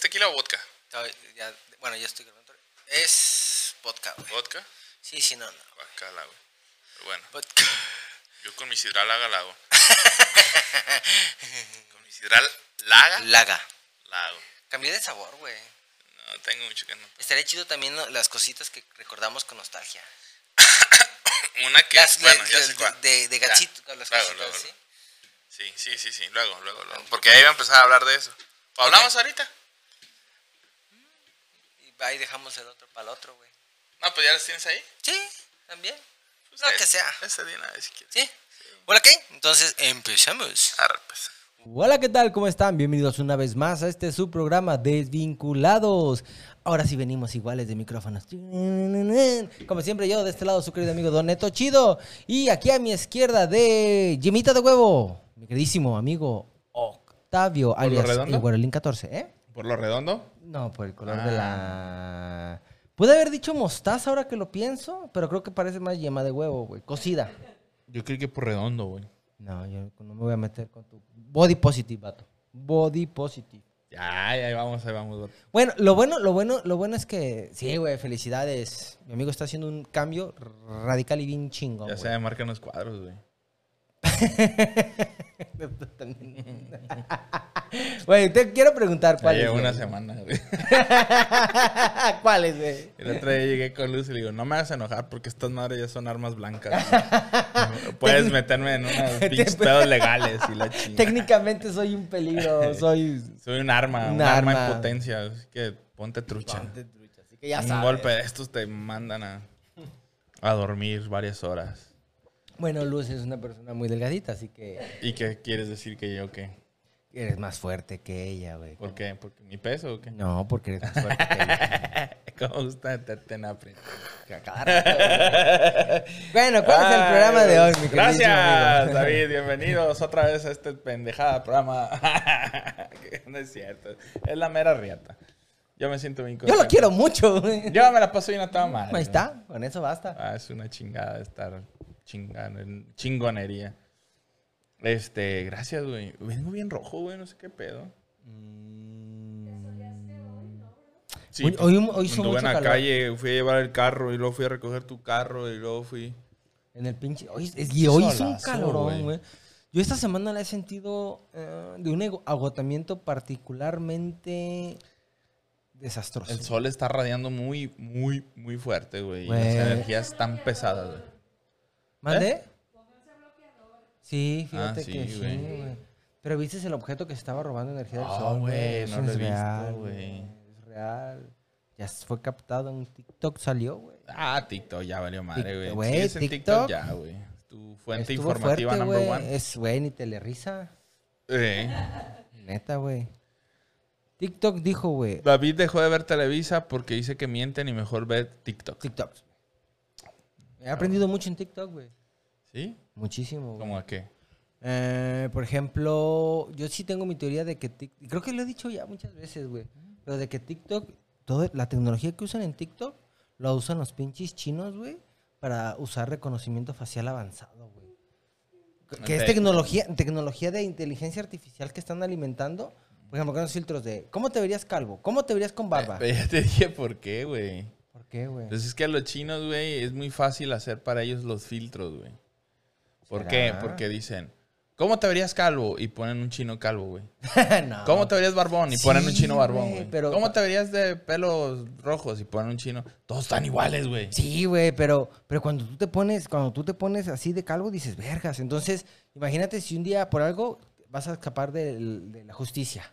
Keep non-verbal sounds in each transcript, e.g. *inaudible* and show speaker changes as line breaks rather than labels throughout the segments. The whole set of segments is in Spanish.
tequila o este vodka?
Ah, ya- bueno, ya estoy grabando. Es vodka, güey.
¿Vodka?
Sí, sí, no, no.
Bacala, güey. Pero bueno,
Vodka.
yo con mi sidral laga la
*laughs*
hago. ¿Con mi sidral laga?
Laga.
La hago.
Cambié de sabor, güey.
No, tengo mucho que no.
Estaría chido también ¿no? las cositas que recordamos con nostalgia.
Una que,
Las,
bueno,
las-
ya
las
sé cuál.
de, de, de
Ya.
gachito, las
Luego,
cositas,
luego,
¿sí?
Sí, sí, sí, sí, luego, luego, luego. Porque ahí va a empezar a hablar de eso. ¿O ¿Hablamos ahorita?
Y ahí dejamos el otro para el otro, güey.
No, pues ya las tienes ahí.
Sí, también. Lo que
Es-
sea.
Ese día una vez si quieres.
¿Sí? Bueno, ok. Entonces, empezamos.
Arre, pues.
Hola, ¿qué tal? ¿Cómo están? Bienvenidos una vez más a este su programa Desvinculados. Ahora sí venimos iguales de micrófonos. Como siempre yo, de este lado su querido amigo Don Neto Chido. Y aquí a mi izquierda de Jimita de Huevo, mi queridísimo amigo Octavio, alias
redondo?
el Guarolín 14, ¿eh?
¿Por lo redondo?
No, por el color de la... Pude haber dicho mostaza ahora que lo pienso, pero creo que parece más yema de huevo, güey. Cocida.
Yo creo que por redondo, güey.
No, yo no me voy a meter con tu... Body positive, vato. Body positive.
Ya, ya, ahí vamos, ahí vamos. güey.
Bueno, lo bueno, lo bueno, lo bueno es que sí, güey, felicidades. Mi amigo está haciendo un cambio radical y bien chingo.
Ya se marcan los cuadros, güey.
*laughs* Güey, te quiero preguntar
Ya
cuál es.
llevo una
güey.
semana, güey.
¿Cuál es, güey? *laughs*
*laughs* El otro día llegué con Luz y le digo, no me hagas enojar porque estas madres ya son armas blancas. güey.
*laughs*
Puedes meterme en unos pinches pedos legales y la chingada.
Técnicamente soy un peligro, soy.
Soy un arma,
Un
un arma
arma.
en potencia. Así que ponte trucha.
Así que ya
un
sabes.
golpe de estos te mandan a, a dormir varias horas.
Bueno, Luz es una persona muy delgadita, así que
¿Y qué quieres decir que yo qué?
eres más fuerte que ella, güey.
¿Por qué? ¿Por mi peso o qué? *laughs*
No, porque eres más fuerte que ella.
¿Cómo gusta meterte en aprieto?
*laughs* Bueno, ¿cuál es el programa de hoy, mi queridísimo
Gracias,
amigo? *laughs*
David. Bienvenidos otra vez a este pendejada programa. *laughs* Que no es cierto. Es la mera riata. Yo me siento bien
Yo
contento.
lo quiero mucho, güey.
Yo me la paso bien a toda madre.
Ahí está, con eso basta.
Ah, es una chingada estar chingan- chingonería. Este, gracias, güey. Vengo bien rojo, güey. No sé qué pedo. Sí,
Mm.
pues,
Hoy- hoy- hoy hizo
anduve
mucho
en la
calor.
calle, fui a llevar el carro y luego fui a recoger tu carro y luego fui...
En el pinche. Hoy, es- y hoy es un
Solazo,
calorón,
güey.
güey. Yo esta semana la he sentido eh, de un ego- agotamiento particularmente desastroso.
El sol está radiando muy, muy, muy fuerte, güey. y
Güey.
Las energías están pesadas, güey.
¿Mande? Sí, fíjate
¿Eh? Ah, sí,
que sí,
güey.
güey. Pero viste el objeto que se estaba robando energía del
Ah,
sol.
güey,
Eso
no lo
es
he visto,
real,
güey.
Es real. Ya fue captado en TikTok, salió, güey.
Ah, TikTok ya valió
Tik-
madre, güey.
güey,
Sí, es en
TikTok.
TikTok ya, güey. Tu fuente
Estuvo
informativa
fuerte,
number
güey.
one.
Es, güey, ni Telerisa.
Eh,
Neta, güey. TikTok dijo, güey.
David dejó de ver Televisa porque dice que mienten y mejor ve TikTok.
TikTok. He aprendido mucho en TikTok, güey.
¿Sí?
Muchísimo, güey.
¿Cómo a qué?
Eh, por ejento, yo sí tengo mi teoría de que TikTok, creo que lo he dicho ya muchas veces, güey, pero de que TikTok, toda la tecnología que usan en TikTok, la usan los pinches chinos, güey, para usar reconocimiento facial avanzado, güey. Que- Que es
Ok.
tecnología, tecnología de inteligencia artificial que están alimentando, por ejemplo, con los filtros de ¿cómo te verías calvo? ¿Cómo te verías con barba?
Eh, ya te dije por qué, güey.
¿Por qué, güey?
Pues es que a los chinos, güey, es muy fácil hacer para ellos los filtros, güey. ¿Por
¿Será?
qué? Porque dicen, ¿cómo te verías calvo? Y ponen un chino calvo, güey.
*laughs* No.
¿Cómo te verías barbón? Y
Sí,
ponen un chino barbón,
güey,
güey.
pero-
¿Cómo te verías de pelos rojos? Y ponen un chino. Todos están iguales, güey.
Sí, güey, pero, pero cuando tú te pones, cuando tú te pones así de calvo, dices, vergas. Entonces, imagínate si un día por algo vas a escapar del- de, la justicia.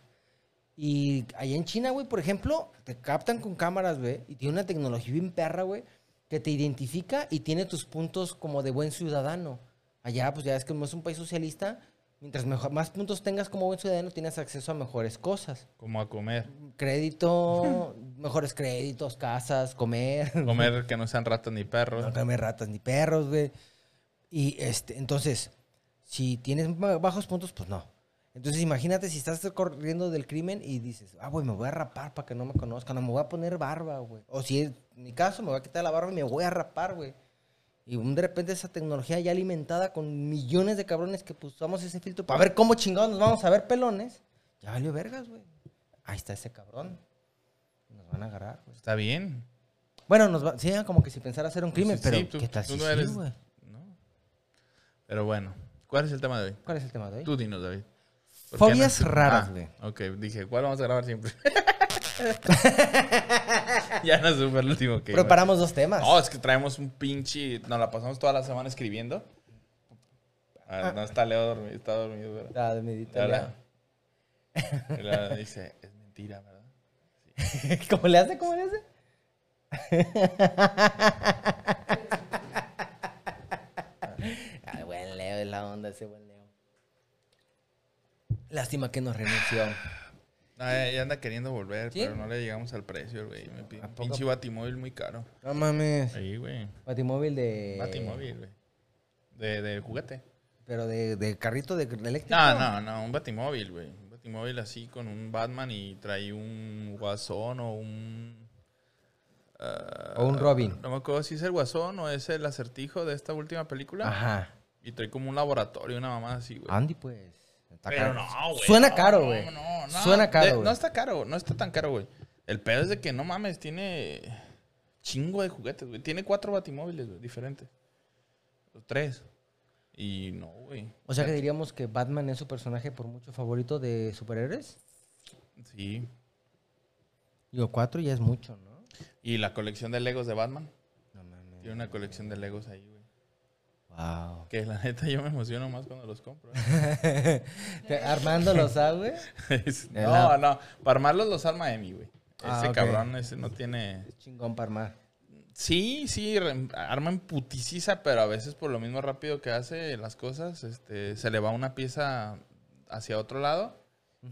Y allá en China, güey, por ejemplo, te captan con cámaras, güey, y tiene una tecnología bien perra, güey, que te identifica y tiene tus puntos como de buen ciudadano. Allá, pues ya es que como es un país socialista, mientras mejo- más puntos tengas como buen ciudadano, tienes acceso a mejores cosas.
Como a
*laughs*
comer.
Crédito, mejores créditos, casas, comer.
Comer que no sean ratas ni perros.
No comen ratas ni perros, güey. Y este, entonces, si tienes ba- bajos puntos, pues no. Entonces, imagínate si estás corriendo del crimen y dices, ah, güey, me voy a rapar para que no me conozcan, o me voy a poner barba, güey. O si es mi caso, me voy a quitar la barba y me voy a rapar, güey. Y de repente esa tecnología ya alimentada con millones de pues, cabrones que usamos ese filtro para ver cómo chingados nos vamos a ver pelones, ya valió vergas, güey. A ahí está ese cabrón. Nos van a agarrar, güey.
Está bien.
Bueno, nos va, sí, como que si pensara hacer un crimen,
Sí,
pero
sí, tú-
¿qué tal
tú
si
no
sí,
eres-
güey?
¿no? Pero bueno, ¿cuál es el tema de hoy?
¿Cuál es el tema de hoy?
Tú dinos, David. ¿Por qué
Fobias
no-
raras,
Ah,
güey.
ok, dije, ¿cuál vamos a grabar
*laughs*
siempre? *laughs* ya no supe el último que.
Preparamos dos temas.
No, es que traemos un pinche. Nos la pasamos toda la semana escribiendo. Ah, no está Leo dormido, está dormido, ¿verdad?
La dormidita,
Ya
ya.
la- y la dice, es mentira, ¿verdad?
*laughs* ¿Cómo le hace? ¿Cómo le hace? *laughs* Ay, buen Leo es la onda ese buen Leo. Lástima que nos renunció.
No, ya, ya anda queriendo volver,
¿Sí?
pero no le llegamos al precio, güey. Me pi-
¿A poco?
Pinche batimóvil muy caro.
No mames.
Ahí, güey.
Batimóvil de.
Batimóvil, güey. De, de juguete.
Pero de, de carrito de eléctrico.
No, no, no, un batimóvil, güey. Un batimóvil así con un Batman y trae un guasón o un... ah,
O un Robin.
No me acuerdo si es el guasón o es el acertijo de esta última película.
Ajá.
Y trae como un laboratorio, una mamá así, güey.
Andy, pues. Está
Pero
caro.
no, güey.
Suena
No,
caro,
no,
güey.
no, no.
Suena caro,
De-
güey.
No está caro, no está tan caro, güey. El pedo es de que no mames, tiene chingo de juguetes, güey. Tiene cuatro batimóviles, güey, diferentes. O Tres. Y no, güey.
O sea que diríamos que Batman es su personaje por mucho favorito de superhéroes.
Sí.
Digo, cuatro ya es mucho, ¿no?
Y la colección de Legos de Batman.
No mames.
Tiene una colección de Legos ahí, güey.
Wow.
Que la neta yo me emociono más cuando los compro. ¿eh?
Armando lo sabe.
*laughs* Es-
De
no,
la-
no. Para armarlos los arma Emi, güey. Ese
Eh, Ah, ok.
cabrón, ese no tiene...
Chingón para armar.
Sí, sí, re- arman puticiza, pero a veces por lo mismo rápido que hace las cosas, este, se le va una pieza hacia otro lado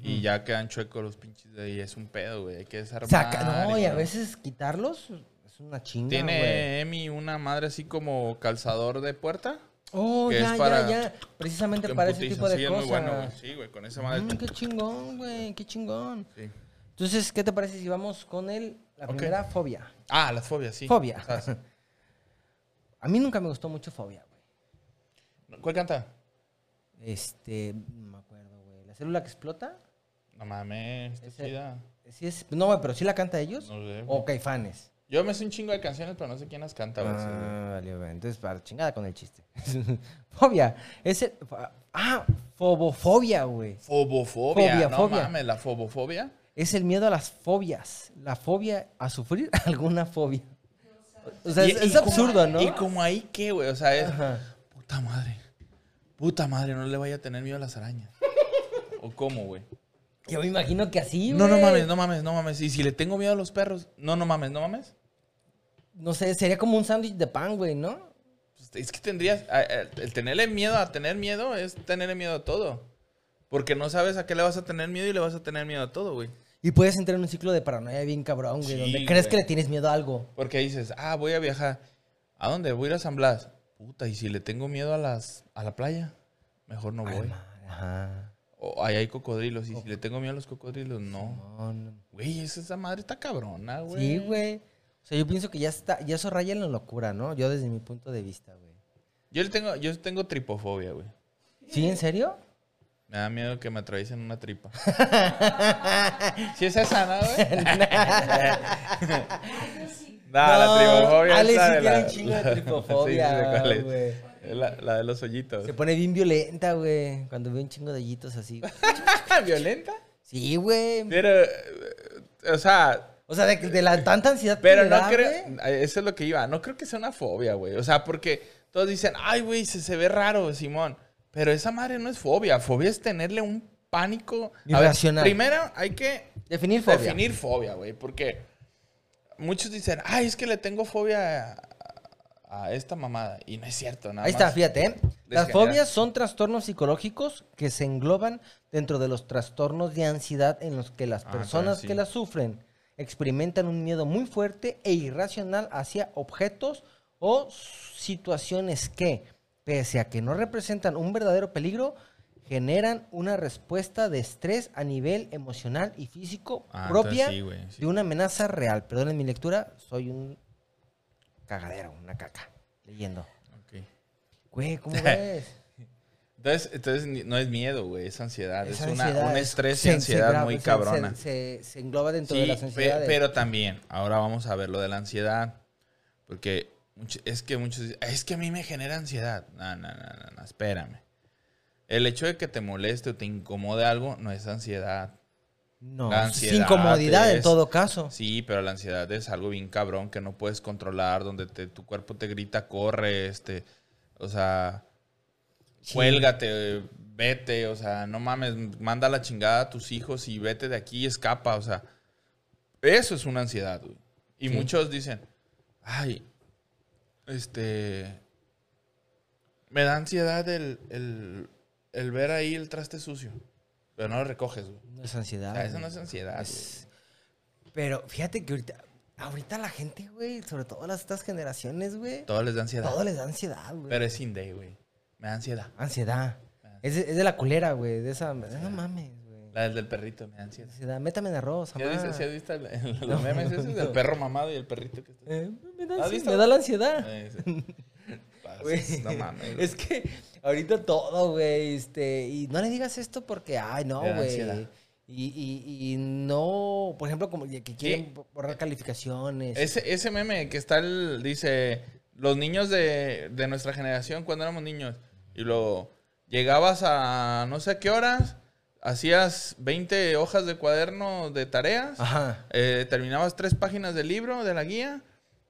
y ya quedan chuecos los pinches de ahí. Es un pedo, güey. Hay que desarmar.
Saca, no,
y
y a
todo.
veces quitarlos es una chinga,
Tiene
güey.
Emi una madre así como calzador de puerta.
Oh,
que es
ya,
para-
ya, ya. Precisamente
En
para ese
putiza,
tipo de
sí, es
cosas.
muy bueno, güey. Sí, güey, con esa madre.
Mm, qué chingón, güey, qué chingón.
Sí.
Entonces, ¿qué te parece si vamos con el, la
Ok.
primera fobia?
Ah, las fobias, sí.
Fobia.
Sas.
A mí nunca me gustó mucho fobia, güey.
¿Cuál canta?
Este, no me acuerdo, güey. La célula que explota,
No mames, está
Ese-
chida.
sí es, no, güey, pero sí la canta ellos.
No sé, güey.
o Caifanes.
Yo me sé un chingo de canciones, pero no sé quién las canta, güey. sí, güey.
Ah, valió, güey. Entonces, para chingada con el chiste. *laughs* fobia. Es el, ah, fobofobia, güey.
Fobofobia.
Fobia,
no
fobia.
mames, la fobofobia.
Es el miedo a las fobias. La fobia a sufrir *laughs* alguna fobia. O sea,
Y-
es,
y
es
como-
absurdo, ¿no?
Y como ahí qué, güey. O sea, es.
Ajá.
Puta madre. Puta madre, no le vaya a tener miedo a las arañas. ¿O cómo, güey?
Yo me imagino que así,
No, no
güey.
mames, no mames, no mames. Y si le tengo miedo a los perros, no, no mames, no mames.
No sé, sería como un sándwich de pan, güey, ¿no?
Pues, Es que tendrías. a- a- El tenerle miedo a tener miedo es tenerle miedo a todo. Porque no sabes a qué le vas a tener miedo y le vas a tener miedo a todo, güey.
Y puedes entrar en un ciclo de paranoia bien cabrón, güey,
Sí,
donde crees
güey.
que le tienes miedo a algo.
Porque dices, ah, voy a viajar. ¿A dónde? Voy a ir a San Blas. Puta, y si le tengo miedo a las a la playa, mejor no voy.
Ajá.
O ahí hay cocodrilos. Y si le tengo miedo a los cocodrilos, no.
No, no.
Güey, esa, esa madre está cabrona, güey.
Sí, güey. O sea, yo pienso que ya está, ya eso raya en la locura, ¿no? Yo desde mi punto de vista, güey.
Yo le tengo, yo tengo tripofobia, güey.
¿Sí, en serio?
Me da miedo que me atraviesen una
*laughs*
tripa. ¿Sí es esa, no, güey? *laughs* no, la tripofobia
Ale
es la
sí
de
tiene
la... *laughs*
un chingo de
la-
tripofobia,
sí, sí, ¿cuál es?
güey.
Es La, la de los hoyitos.
Se pone bien violenta, güey, cuando ve un chingo de hoyitos así.
¿Violenta?
Sí, güey.
Pero, eh, o sea,
O sea, de, de la tanta ansiedad que
Pero
le
no
da,
creo,
güey.
eso es lo que iba, no creo que sea una fobia, güey. O sea, porque todos dicen, ay, güey, se, se ve raro, Simón. Pero esa madre no es fobia, fobia es tenerle un pánico. A ver,
Irracional.
primero hay que
Definir fobia.
definir fobia, güey, porque muchos dicen, ay, es que le tengo fobia a, a esta mamada. Y no es cierto, nada
Ahí
más.
está, fíjate. ¿eh? Las
genera-
fobias son trastornos psicológicos que se engloban dentro de los trastornos de ansiedad en los que las
Ah,
personas
caray, sí.
que las sufren experimentan un miedo muy fuerte e irracional hacia objetos o situaciones que, pese a que no representan un verdadero peligro, generan una respuesta de estrés a nivel emocional y físico
Ah,
propia
entonces sí, güey, sí.
de una amenaza real. Perdonen mi lectura, soy un cagadero, una caca, leyendo.
Ok. *laughs*
Güey, ¿cómo ves?
Entonces, entonces ni- no es miedo, güey, es ansiedad. Es,
Esa
una,
ansiedad
un
es-
estrés y
se- se
ansiedad
graba,
muy
se-
cabrona.
Se, se- se engloba dentro de
Sí,
las
pe-
ansiedades.
pero también, ahora vamos a ver lo de la ansiedad. Porque much- es que muchos dicen, es que a mí me genera ansiedad. No, no, no, no, no, espérame. El hecho de que te moleste o te incomode algo no es ansiedad.
no,
la
es
ansiedad
incomodidad en
es-
todo caso.
Sí, pero la ansiedad es algo bien cabrón que no puedes controlar, donde te- tu cuerpo te grita, corre, este, o sea,
Sí.
cuélgate, vete, o sea, no mames, manda la chingada a tus hijos y vete de aquí, escapa, o sea, eso es una ansiedad, güey. Y
Sí.
muchos dicen, ay, este, me da ansiedad el, el- el ver ahí el traste sucio, pero no lo recoges, güey.
No es
O
ansiedad.
sea, eso
güey.
no es ansiedad. güey.
Es- Pero fíjate que ahorita, ahorita la gente, güey, sobre todo las estas generaciones, güey,
Todo les da ansiedad.
todo les da ansiedad, güey.
Pero Ah. es sin day, güey. Me da ansiedad.
Ansiedad. Es de, es de la culera, güey, de esa... No mames, güey.
La del perrito me da ansiedad.
Ansiedad. Métame en arroz,
¿Ya
amá.
viste, sí has visto el- el- los
No,
memes
no,
esos
no.
del perro mamado y el perrito que está?
Eh, me, da
¿Has
ansi-
visto?
me da la ansiedad.
Eh, sí. Pasas,
Güey,
no mames.
Es que ahorita todo, güey, este, y no le digas esto porque, ay, no,
Te da
güey.
ansiedad.
Y, y, y no, por ejemplo, como que quieren bo- borrar calificaciones.
Ese, ese meme que está el, dice, los niños de, de nuestra generación cuando éramos niños, y luego llegabas a no sé qué horas, hacías 20 hojas de cuaderno de tareas,
Ajá.
eh, terminabas tres páginas del libro, de la guía,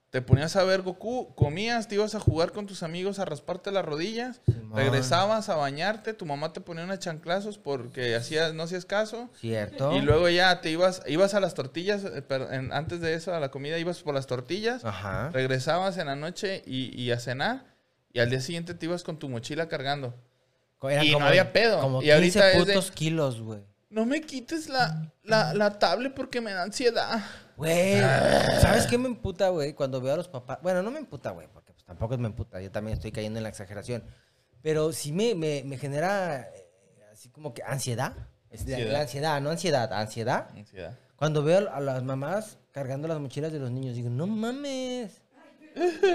te ponías a ver Goku, comías, te ibas a jugar con tus amigos a rasparte las rodillas,
Simón.
regresabas a bañarte, tu mamá te ponía unos chanclazos porque hacías, no hacías caso.
Cierto.
Y luego ya te ibas, ibas a las tortillas, eh, pero en- antes de eso a la comida ibas por las tortillas,
Ajá.
regresabas en la noche y, y a cenar, y al día siguiente te ibas con tu mochila cargando.
Eran
y no había pedo.
Como
Y
15
ahorita es de-
putos kilos, güey.
No me quites la, la, la tablet porque me da ansiedad.
Güey,
Ah.
¿sabes qué me emputa, güey? Cuando veo a los papás. Bueno, no me emputa, güey, porque pues, tampoco me emputa. Yo también estoy cayendo en la exageración. Pero sí me, me, me genera eh, así como que ansiedad. Es de-
Ansiedad.
La ansiedad, no ansiedad, ansiedad.
Ansiedad.
Cuando veo a las mamás cargando las mochilas de los niños, digo, no mames.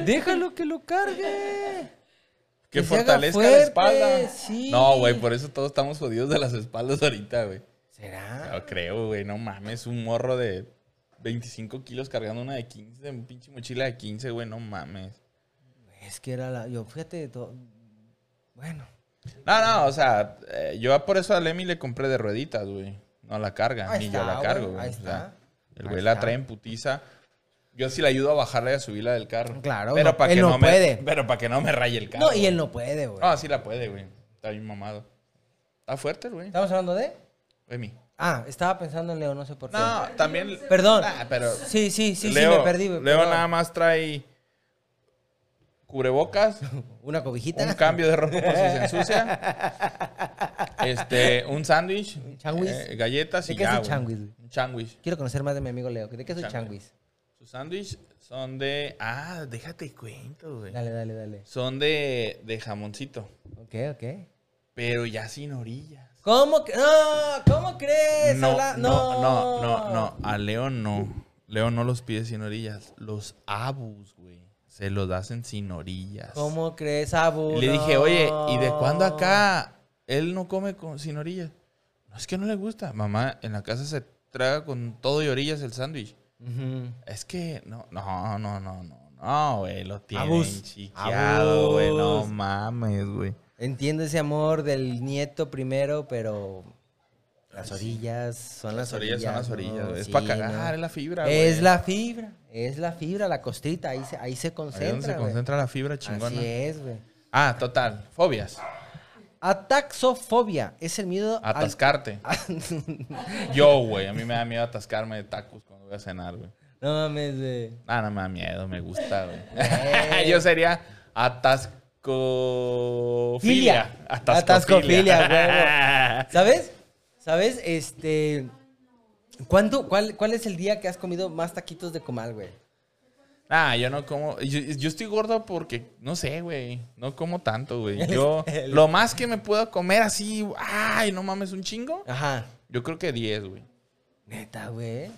Déjalo que lo cargue.
Que,
se haga
fortalezca la
fuerte,
espalda.
sí.
No, güey, por eso todos estamos jodidos de las espaldas ahorita, güey.
¿Será?
No creo, güey, no mames, un morro de 25 kilos cargando una de 15, un pinche mochila de 15, güey, no mames.
Es que era la. Yo, fíjate, to- bueno.
No, no, o sea, eh, yo por eso a Lemmy le compré de rueditas, güey. No la carga,
Ahí
ni
está,
yo la
güey,
cargo, güey.
ahí
o sea,
está.
el
Ahí
güey la
está.
trae en putiza. Yo sí le ayudo a bajarla y a subirla del carro.
Claro,
pero
no,
para
él
que
no
no, me,
puede.
Pero para que no me raye el carro.
No, y él no puede, güey.
Ah, sí la puede, güey. Está bien mamado. Está fuerte, el güey.
¿Estamos hablando de?
Lemmy.
Ah, estaba pensando en Leo, no sé por qué.
No, también.
Perdón.
Ah, pero.
Sí, sí, sí,
Leo,
sí, me perdí, güey.
Leo
perdón.
nada más trae cubrebocas,
Una cobijita.
un cambio de ropa por si se ensucia, este, un sándwich,
Un changuis.
eh, galletas
¿De
y
qué es
ya,
un
güey.
changuis, güey?
Un changuis.
Quiero conocer más de mi amigo Leo. ¿De qué es el
Changuis.
changuis?
Sus sándwiches son de. Ah, déjate cuento, güey.
Dale, dale, dale.
Son de, de jamoncito,
Ok, ok.
pero ya sin orillas.
¿Cómo que? No, ¿cómo crees?
No,
Ala-
no, no, no, no. A Leo no. Leo no los pide sin orillas. Los abus, güey. Se los hacen sin orillas.
¿Cómo crees, Abu?
Y le dije, oye, ¿y de
No.
cuándo acá él no come con, sin orillas? No, es que no le gusta. Mamá, en la casa se traga con todo y orillas el sándwich.
Ujú.
Es que no, no, no, no, no, no, güey. Lo tienen
Abus.
chiqueado, güey. No
Abus.
mames, güey.
Entiendo ese amor del nieto primero, pero las orillas son las,
Las orillas son las
¿no?
orillas, güey. Es
Sí,
para cagar,
¿no?
es la fibra, güey.
Es la fibra, es la fibra, la costrita, ahí se, ahí se
Ahí
concentra.
es donde se
güey.
concentra la fibra chingona.
Así es, güey.
Ah, total. Fobias.
Ataxofobia es el miedo al- Ah.
Atascarte. Yo, güey. A mí me da miedo atascarme de tacos cuando voy a cenar, güey.
*laughs* No mames, güey.
Ah, no me da miedo, me gusta, güey. *laughs*
Güey.
Yo sería atascofilia.
Filia. Atascofilia,
*laughs*
¿Sabes? ¿Sabes? Este. ¿Cuándo, cuál, ¿Cuál es el día que has comido más taquitos de comal, güey?
Ah, yo no como. Yo, yo estoy gordo porque, no sé, güey. No como tanto, güey. Yo, lo más que me puedo comer así, ay, no mames, un chingo.
Ajá.
Yo creo que 10, güey.
Neta, güey.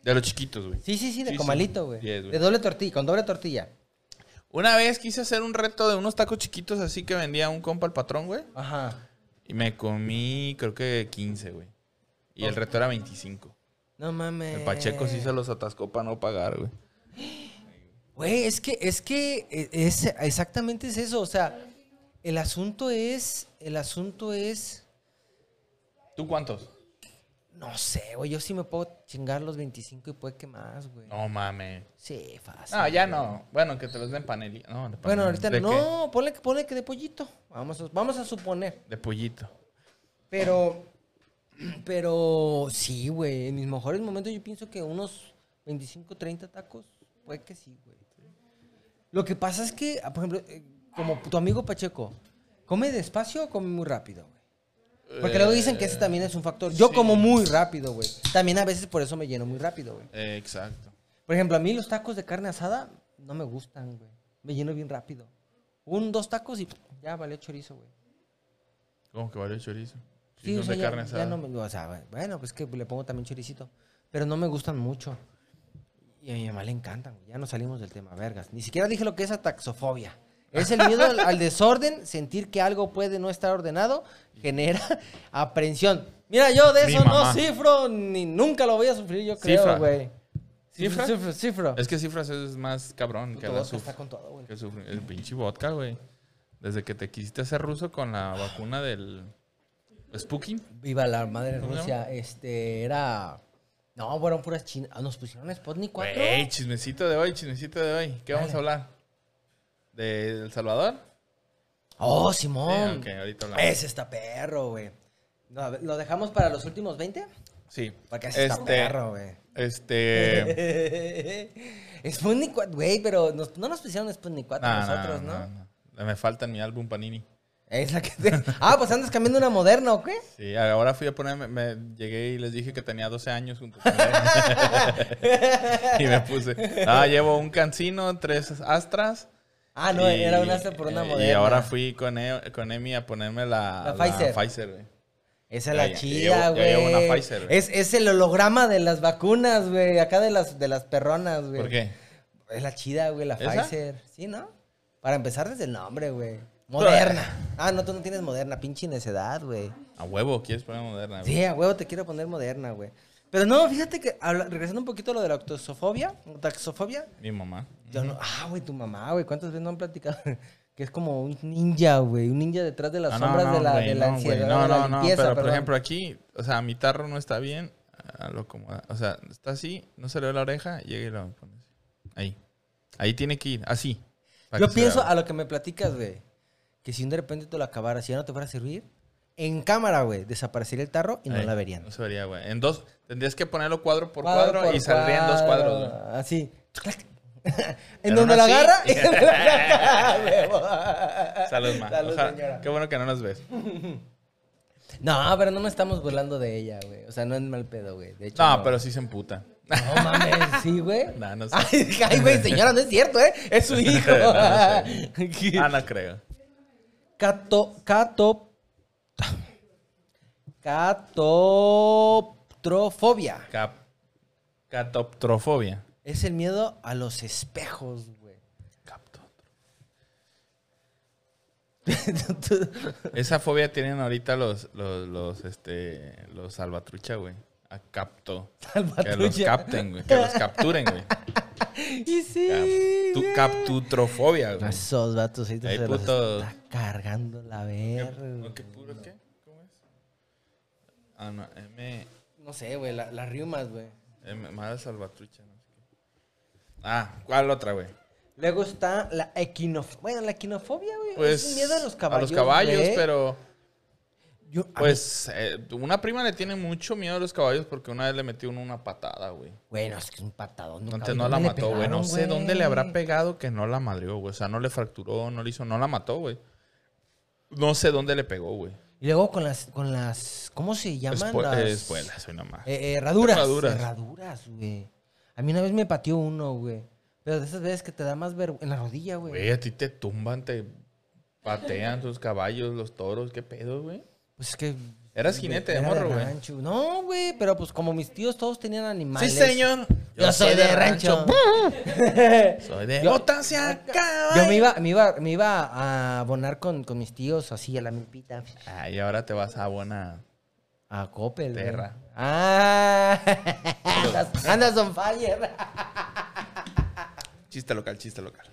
De los chiquitos, güey.
Sí, sí, sí, de
Sí, sí.
comalito, güey.
Yes, güey.
de doble tortilla, con doble tortilla.
Una vez quise hacer un reto de unos tacos chiquitos así que vendía un compa al patrón, güey.
Ajá.
Y me comí, creo que 15, güey. Y el reto era 25.
No mames.
El Pacheco sí se los atascó para no pagar, güey.
Güey, es que, es que eh, es, exactamente es eso. O sea, el asunto es. El asunto es.
¿Tú cuántos?
No sé, güey. Yo sí me puedo chingar los 25 y puede que más, güey.
No mames.
Sí, fácil.
No, ya no. Bueno, que te los den panelilla. No, Ah, de
Bueno,
panelilla.
ahorita
¿De
no. Ponle, que- ponle que de pollito. Vamos a, vamos a suponer.
qué? De pollito.
Pero. Pero sí, güey. En mis mejores momentos yo pienso que unos 25, 30 tacos. Puede que sí, güey. Lo que pasa es que, ah, por ejemplo, eh, como tu amigo Pacheco, ¿come despacio o come muy rápido, güey? Porque luego dicen que ese también es un factor. Yo
Eh, sí.
como muy rápido, güey. También a veces por eso me lleno muy rápido, güey.
Eh, exacto.
Por ejemplo, a mí los tacos de carne asada no me gustan, güey. Me lleno bien rápido. Un, dos tacos y ya valió chorizo, güey.
¿Cómo que valió chorizo?
Sí, o
son
sea,
de
ya-
carne
ya
asada.
no me- o sea, bueno, pues que le pongo también choricito. Pero no me gustan mucho. Y a mi mamá le encantan, güey. Ya no salimos del tema, vergas. Ni siquiera dije lo que es ataxofobia. Es el miedo al, al desorden, sentir que algo puede no estar ordenado, genera *laughs* aprensión. Mira, yo de
Mi
eso no
mamá.
cifro, ni nunca lo voy a sufrir, yo creo,
Cifra.
güey.
¿Cifra?
Cifro, cifro.
Es que cifras es más cabrón que
Puto
la
vodka
suf-
está con todo, güey.
que sufre- El pinche vodka, güey. Desde que te quisiste hacer ruso con la vacuna del Spooking.
Viva la madre de
¿Cómo se
Rusia. Este era. No, fueron puras chinas. Ah, Nos pusieron Sputnik 4.
Güey, chismecito de hoy, chismecito de hoy. ¿Qué vamos a hablar? ¿De El Salvador?
Oh, Simón.
Sí, ok, ahorita hablamos.
Ese está perro, güey. No, a ver, ¿Lo dejamos para los últimos 20?
Sí.
Porque ese está perro, güey. *laughs*
Este.
Sputnik 4, güey, pero nos- no nos pusieron Sputnik 4
nah, nah,
nosotros, ¿no?
nah, nah. Me falta en mi álbum Panini.
Es la que te- *laughs* Ah, pues andas cambiando una moderna, ¿o qué?
Sí, ahora fui a ponerme, me llegué y les dije que tenía 12 años junto con él. *laughs* y me puse, ah, llevo un cancino, tres astras.
Ah, no,
y-
era una hasta por una
eh,
moderna.
Y ahora fui con, E- con Emi a ponerme la,
La Pfizer.
güey.
Esa
Ya,
es la
ya, ya
chida,
llevo- ya llevo una
güey.
Pfizer, güey.
Es, es el holograma de las vacunas, güey. Acá de las, de las perronas, güey.
¿Por qué?
Es la chida, güey, la
¿Esa?
Pfizer. Sí, ¿no? Para empezar desde el nombre, güey. Moderna. Ah, no, tú no tienes moderna, pinche necedad, güey.
A huevo, quieres poner moderna, güey.
Sí, a huevo te quiero poner moderna, güey. Pero no, fíjate que, habla- regresando un poquito a lo de la taxofobia, taxofobia,
Mi mamá.
yo no, ah, güey, tu mamá, güey, ¿cuántas veces no han platicado? *laughs* que es como un ninja, güey, un ninja detrás de las
Ah,
sombras de la,
güey,
de la
no, güey,
ansiedad,
No,
de la
no, no,
limpieza,
pero por
perdón.
ejemplo aquí, o sea, mi tarro no está bien, ah, lo acomoda. O sea, está así, no se le ve la oreja, llega y lo pone así. Ahí. Ahí tiene que ir, así. para
Yo
que se
pienso ah,
vea.
a lo que me platicas, güey, que si de repente te lo acabaras y ya no te fuera a servir, en cámara, güey, desaparecería el tarro y no
Ahí,
la verían.
No se vería, güey. En dos, tendrías que ponerlo cuadro por cuadro, y saldrían dos cuadros,
*laughs*
güey.
Así.
*laughs*
en
Pero
donde
aún
la
así-
agarra y en donde
*laughs*
la saca, huevo.
Salud, ma.
Salud,
Ojalá-
señora.
Qué bueno que no nos
*laughs*
ves.
No, pero no nos estamos burlando de ella, güey. O sea, no es mal pedo, güey. De hecho,
No, pero sí se emputa. *laughs*
No mames, sí, güey.
No, no sé.
Ay, ay, güey, señora, no es cierto, ¿eh? Es su
*laughs*
hijo. *laughs*
No, no Ah, no creo.
Cato. Cato. Catotrofobia.
Cap... Catoptrofobia.
Es el miedo a los espejos, güey. *laughs*
Esa fobia tienen ahorita los, los, los, este, los salvatrucha, güey. A capto. Que los
Salvatrucha.
capten, güey. Que los capturen, güey.
Y sí.
Tu,
güey.
captutrofobia, güey.
Esos vatos ahí
Ay,
se los
puto.
está cargando la verga.
¿No, ¿Qué puro qué? ¿Cómo es? Ah, no. M...
No sé, güey, la- las riumas, güey.
M madre salvatrucha, no sé qué. Ah, ¿cuál otra, güey?
Luego está la equinofobia. Bueno, la equinofobia, güey.
Pues.
es un miedo a los caballos.
A los caballos,
güey.
pero.
Yo- ah, a mí-
Pues. eh, una prima le tiene mucho miedo a los caballos porque una vez le metió uno una patada, güey.
Bueno, es que es un patadón. de un
Antes
caballo.
no la
¿Dónde le
mató, güey. No
pegaron,
sé dónde le habrá
güey?
pegado que no la madrió, güey. O sea, no le fracturó, no le hizo, no la mató, güey. No sé dónde le pegó, güey.
Y luego con las. Con las ¿Cómo se llaman?
Espu-
las...
eh, Espuelas, soy nomás.
Eh, eh, herraduras.
Herraduras.
Herraduras. güey. A mí una vez me pateó uno, güey. Pero de esas veces que te da más vergüenza. En la rodilla,
Güey, a ti te tumban, te patean tus caballos, los toros, qué pedo, güey.
Pues es que.
Eras jinete de
Era
morro, güey.
rancho. No, güey, pero pues como mis tíos todos tenían
Sí,
animales.
señor.
Yo, soy de rancho.
Soy de
Yo-
botas y a
Yo
caballo.
me iba, me iba, me iba a abonar con, con mis tíos así a la milpita.
Ay, Ah, ahora te vas a buena.
A Coppel. güey.
Terra.
Ah, andas, *laughs* andas on fire.
Chiste local, chiste local.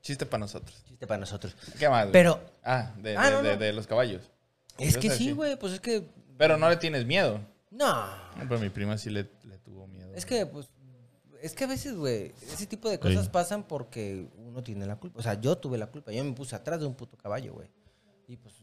Chiste para nosotros.
Chiste para nosotros.
¿Qué más? güey?
Pero-
Ah, de,
Ah,
de-
no,
de-
no.
de los caballos.
Es que
Ibas a
sí,
decir.
güey, pues es que.
Pero no le tienes miedo.
No.
No, pero mi prima sí le, le tuvo miedo.
Es que, pues, es que a veces, güey, ese tipo de cosas pasan porque uno tiene la culpa. O sea, yo tuve la culpa. Yo me puse atrás de un puto caballo, güey. Y pues,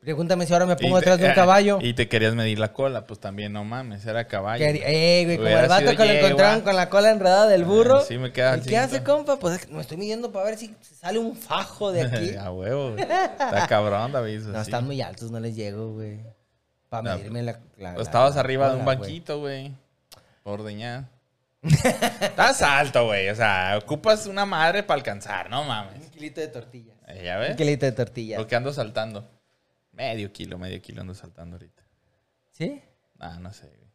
pregúntame si ahora me
Y
pongo
te-
atrás de
*laughs*
un
eh,
caballo.
Y te querías medir la cola, pues también no mames, era caballo. *laughs*
Que- Ey, Eh, güey, como
Hubiera
el vato
sido
que lo
yegua.
encontraron con la cola enredada del burro.
sí, me queda
¿Y qué hace,
chiquito.
compa? Pues es que me estoy midiendo para ver si sale un fajo de
*laughs*
aquí.
a huevo, güey. Está cabrón, David.
no,
así.
están muy altos, no les llego, güey. Para
pues, No,
medirme la, la-
Pues
la-
estabas
la
arriba de un
cola, güey.
banquito, güey. pa'
*laughs*
Ordeñar. Estás alto, güey. O sea, ocupas una madre para alcanzar, no mames.
Un kilito de tortilla.
Eh, ¿Ya
Un
ves?
kilito de tortilla.
Lo que ando saltando. Medio kilo, medio kilo ando saltando ahorita.
¿Sí?
Ah, no sé, güey.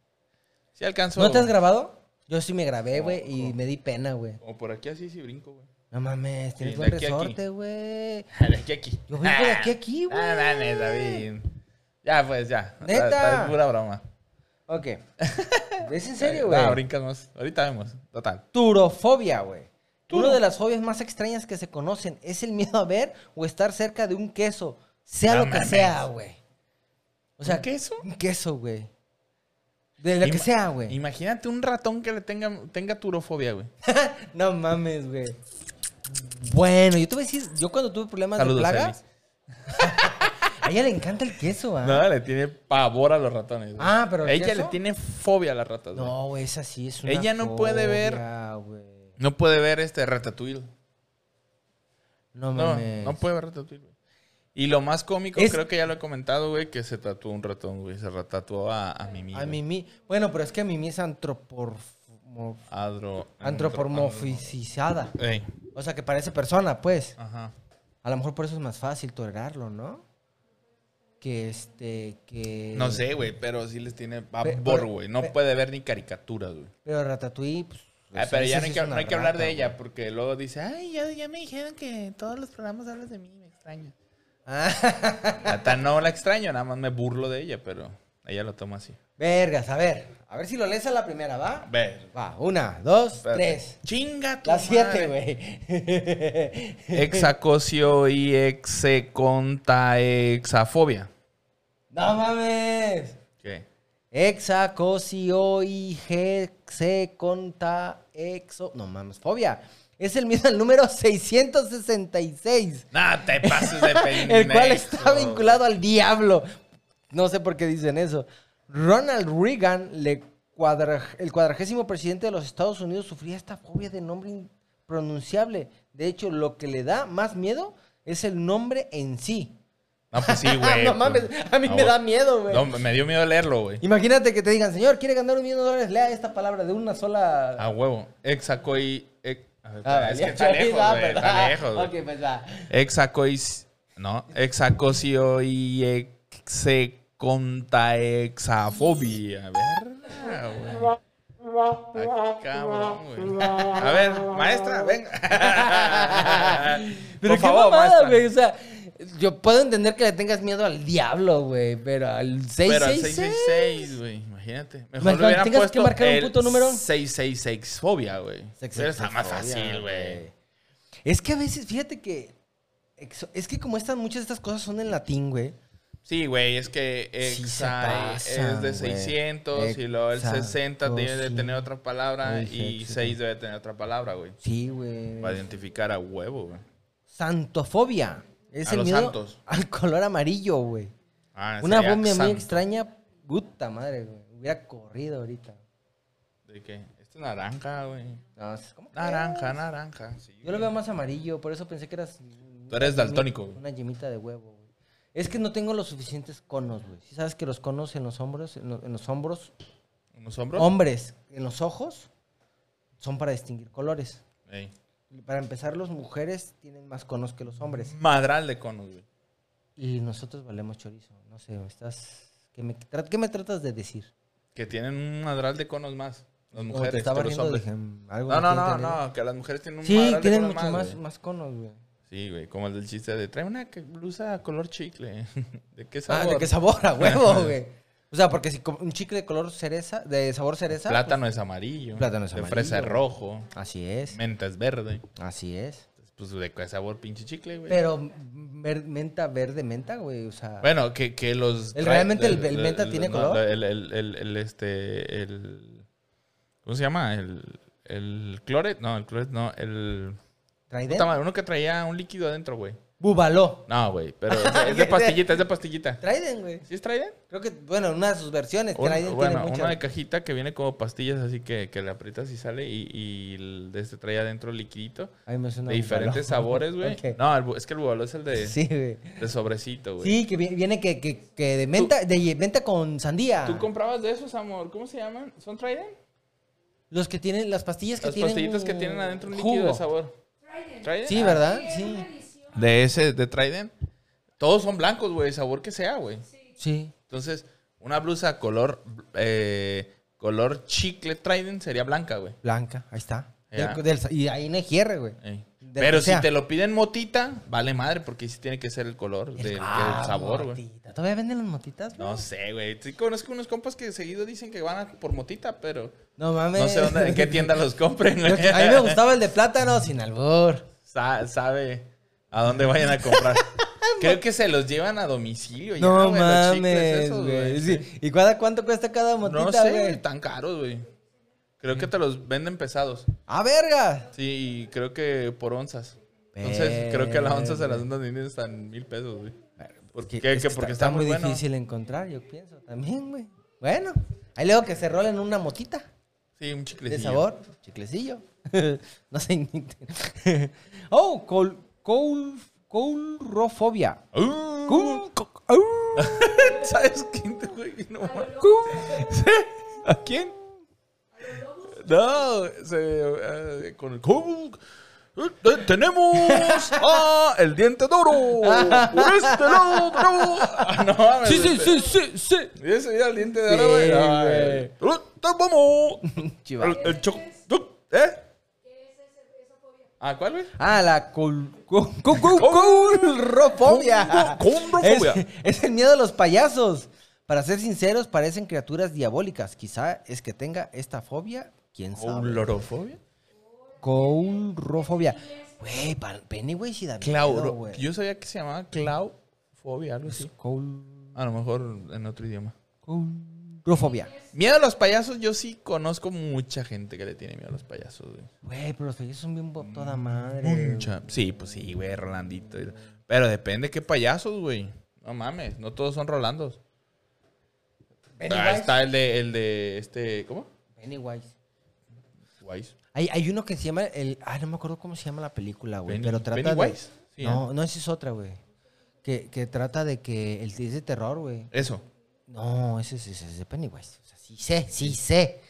Sí alcanzó.
¿No te has grabado? Yo sí me grabé, güey, y me di pena, güey.
O por aquí así sí brinco, güey.
No mames, tienes
Sí, de
buen
aquí a aquí.
resorte, güey.
*laughs* De aquí a aquí.
Yo vengo de aquí a aquí, güey.
Ah, mames, David. Ya, pues, ya.
Neta.
Está- está pura broma.
Ok. *laughs* ¿Es en serio,
No,
güey?
brincas más. Ahorita vemos. Total.
Turofobia, güey.
Turo.
Una de las fobias más extrañas que se conocen es el miedo a ver o estar cerca de un queso, sea
No
lo que
mames.
sea, güey. O sea,
¿Un queso?
Un queso, güey. De lo que
Ima-
sea, güey.
Imagínate un ratón que le tenga, tenga turofobia, güey.
No mames, güey. Bueno, yo te voy a decir, yo cuando tuve problemas
Saludos,
de
Elis.
plagas, a ella le encanta el
*laughs*
queso, ¿ah?
No, le tiene pavor a los ratones. güey.
Ah, pero
Ella
¿queso?
le tiene fobia a las ratas, güey.
No, güey, esa sí es una
Ella no puede ver-
fobia, güey.
No puede ver este ratatouille.
No
No,
mames.
no puede ver ratatouille, güey. Y lo más cómico,
Es-
creo que ya lo he comentado, güey, que se tatuó un ratón, güey. Se retatuó a, a Mimi.
A
güey.
Mimi. Bueno, pero es que Mimi es antroporf-
Adro-
antropomorfizada.
Ey,
O sea, que parece persona, pues.
ajá.
A lo mejor por eso es más fácil tolerarlo, ¿no? Que este, que...
No sé, güey, pero sí les tiene pavor,
pero-
güey. No
pe-
puede ver ni caricaturas, güey.
Pero Ratatouille, pues...
Ah,
esa-
pero
esa
ya no
sí
hay
es
que,
una
no hay que hablar
rata,
de ella,
güey.
porque luego dice, ay, ya, ya me dijeron que todos los programas hablas de mí, me
*laughs*
extraño.
Ah,
Hasta no la extraño, nada más me burlo de ella, pero ella lo toma así.
vergas, a ver. A ver si lo lees a la primera, ¿va?
Ver.
Va, una, dos,
espérate.
tres.
Chinga tu
Las siete,
madre. *laughs*
güey. *laughs*
Exacocio y execontaexafobia.
¡No mames!
¿Qué?
Hexa, cosio, IG, se, conta, exo. No mames, fobia. Es el miedo al número 666,
Nada, te pases de pendejo.
*laughs* el cual está vinculado al diablo. No sé por qué dicen eso. Ronald Reagan, le cuadra- el cuadragésimo presidente de los Estados Unidos, sufría esta fobia de nombre impronunciable. De hecho, lo que le da más miedo es el nombre en sí. Ah,
No, pues
*laughs*
sí, güey.
no mames, a mí me da
miedo.
miedo, güey.
me dio miedo leerlo, güey.
Imagínate que te digan, señor, ¿quiere ganar un millón de dólares? Lea esta palabra de una sola.
A huevo. Exacoi. ex- A ver,
Ah,
Ah, es
vale.
que está lejos,
Ah,
güey. Está
¿verdad?
lejos, güey.
Ok, pues va.
Ah, Exacois. No, exacocio y execontaexafobia. A ver. güey. Ah, cabrón, güey. A ver, maestra, venga.
*laughs* Pero
Por
qué
favor,
mamada,
maestra.
güey. O sea, yo puedo entender que le tengas miedo al diablo, güey, pero al
Pero al
666.
666, güey, imagínate. Mejor
Imagínate,
le hubieran
tengas que
puesto
marcar un
el
puto número.
666 fobia, güey. Pero está más fácil, güey.
Es que a veces, fíjate que. exo- Es que como estas, muchas de estas cosas son en latín, güey.
Sí, güey, es que
Sí se
exa
pasan,
es de
güey.
600 y luego el
Exacto,
60 debe de
sí.
tener otra palabra
Exacto,
y
sí.
6 debe tener otra palabra, güey.
Sí, güey.
Para identificar a huevo, güey.
Santofobia. Es
A
el
los
miedo
santos.
al color amarillo, güey.
Ah,
Una
sería
bomba
xan-
muy extraña, puta madre, güey. Hubiera corrido ahorita.
¿De qué? Esto es naranja, güey.
No, es como que- eh,
Naranja, naranja. sí,
Yo lo
güey.
veo más amarillo, por eso pensé que eras.
Tú eres daltónico, güey.
Una yemita de huevo, güey. Es que no tengo los suficientes conos, güey. Si sabes que los conos en los hombros, en, lo- en los hombros,
¿Unos hombros?
hombres, en los ojos, son para distinguir colores.
Ey.
Para empezar, las mujeres tienen más conos que los hombres.
Madral de conos, güey.
Y nosotros valemos chorizo. No sé, estás. ¿Qué me, tra- qué me tratas de decir?
Que tienen un madral de conos más. Las
Como te
mujeres
estaba
que los
riendo,
hombres.
dije, mm, algo
No, no,
tiene
no,
entendido.
no, que las mujeres tienen un
Sí,
madral de
tienen
conos
mucho más,
güey.
más conos, güey.
Sí, güey, como el del chiste de trae una que- blusa color chicle. ¿De qué
Ah,
sabor?
¿de qué sabor? A huevo, güey. O sea, porque si com- un chicle de color cereza, de sabor cereza.
Plátano es amarillo.
pues, Plátano es amarillo.
De fresa es rojo.
pues, así es.
Menta es verde.
Así es.
Pues de qué sabor pinche chicle, güey.
Pero mm, ver- menta, verde menta, güey. O sea.
Bueno, que, que los.
¿El
trae-
realmente el- el menta tiene color?
El, el, el, el, este. El, ¿Cómo se llama? El, el cloret. No, el cloret no. El.
Trident.
Puta madre, uno que traía un líquido adentro, güey.
Bubaló.
No, güey,
*laughs*
pero o sea, es de pastillita, es de pastillita.
Trident, güey.
¿Sí es Trident?
Creo que, bueno, una de sus versiones.
Un-
Trident
bueno,
tiene
una de
muchas.
cajita que viene como pastillas, así que, que le aprietas y sale y, y el de este trae adentro liquidito.
Ay, me suena
de
Bubaló.
diferentes sabores, güey.
*laughs* Ok.
No, el bu- es que el bubaló es el de,
Sí, güey.
de sobrecito, güey.
Sí, que vi- viene que, que, que de menta, de menta con sandía.
¿Tú comprabas de esos, amor? ¿Cómo se llaman? ¿Son Trident?
Los que tienen, las pastillas que
Las
tienen.
pastillitas que
un
tienen adentro un
jugo.
líquido de sabor. ¿Trident?
Sí,
Ah,
¿verdad? Sí.
De ese, de Trident. Todos son blancos, güey, sabor que sea, güey.
Sí.
Entonces, una blusa color eh, color chicle Trident sería blanca, güey.
Blanca, ahí está.
Ya.
Del- del- y ahí no hay cierre, güey.
Ey.
De lo
Pero
que
si
sea.
te lo piden motita, vale madre, porque sí tiene que ser el color del del
Ah,
sabor, güey.
motita. ¿Todavía venden las motitas? güey?
No sé, güey. Sí conozco unos compas que seguido dicen que van a por motita, pero
No mames.
no sé dónde, en qué
*laughs*
tienda los compren, güey.
Lo que- a mí me gustaba el de plátano sin albur.
Sa- sabe a dónde vayan a comprar.
*laughs*
Creo que se los llevan a domicilio. ya,
No
güey, los chicles
mames,
esos,
güey. Sí. ¿Y cuánto, cuánto cuesta cada motita,
No sé,
güey?
güey, tan caros, güey. Creo que te los venden pesados.
¡Ah, verga!
Sí, y creo que por onzas. Entonces, creo que la onza se las andan vendiendo hasta en mil pesos, güey. ¿Por qué?
Que- es
Que
que
porque está, muy, bueno.
difícil encontrar, yo pienso también, güey. Bueno, ahí luego que se rolen una motita
Sí, un chiclecillo.
de sabor, chiclecillo. *laughs* no sé. ni- *laughs* oh, col, col, colrofobia.
Uh,
Cul- co- au.
¿Sabes quién te *laughs* güey? No, mames. ¿A quién? No, se, eh, con el Hulk. Eh, Tenemos a el diente de oro. Por este lado, bravo. Ah, No, mames,
Sí, sí,
este.
sí, sí, sí.
Y ese era el diente de
Sí,
oro, güey. Ay, eh,
güey.
¡Te vamos!
Chiva.
El, el choc- ¿Eh? ¿Ah, cuál, güey?
Ah, la col, col, col- col- colrofobia.
Col- colrofobia.
Es, es el miedo a los payasos. Para ser sinceros, parecen criaturas diabólicas. Quizá es que tenga esta fobia, quién sabe.
¿Olorofobia?
Colrofobia. Güey, pa- Pennywise y da miedo,
Clauro.
güey.
Yo sabía que se llamaba claufobia, algo así.
Col-
A lo mejor en otro idioma.
colrofobia.
Miedo a los payasos, yo sí conozco mucha gente que le tiene miedo a los payasos, güey.
Güey, pero los payasos son bien bo- toda madre.
Mucha. Sí, pues sí, güey, Rolandito. y- Pero depende qué payasos, güey. No mames, no todos son Rolandos. Ah,
Pennywise.
está el de, el de este, ¿cómo?
Pennywise.
Wise.
Hay, hay uno que se llama el. Ah, no me acuerdo cómo se llama la película, Ah, güey.
Penny-
Pero trata
Pennywise,
de.
sí, ¿eh?
no, no, esa es otra, güey. Que, que trata de que el es de terror, güey.
Eso.
No, ese es, ese es de Pennywise. O sea, sí sé, sí sé.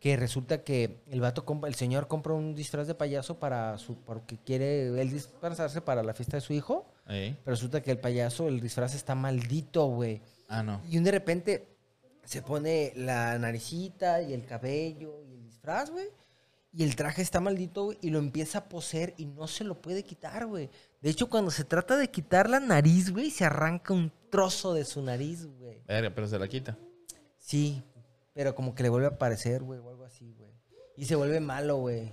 Que resulta que el vato compra, el señor compra un disfraz de payaso para su, porque quiere él disfrazarse para la fiesta de su hijo.
Ahí.
Pero resulta que el payaso, el disfraz está maldito, güey.
Ah, no.
Y un de repente se pone la naricita y el cabello y el disfraz, güey. Y el traje está maldito, güey, y lo empieza a poseer y no se lo puede quitar, güey. De hecho, cuando se trata de quitar la nariz, güey, se arranca un trozo de su nariz, güey.
Verga, pero se la quita.
Sí, pero como que le vuelve a aparecer, güey, o algo así, güey. Y se vuelve malo, güey.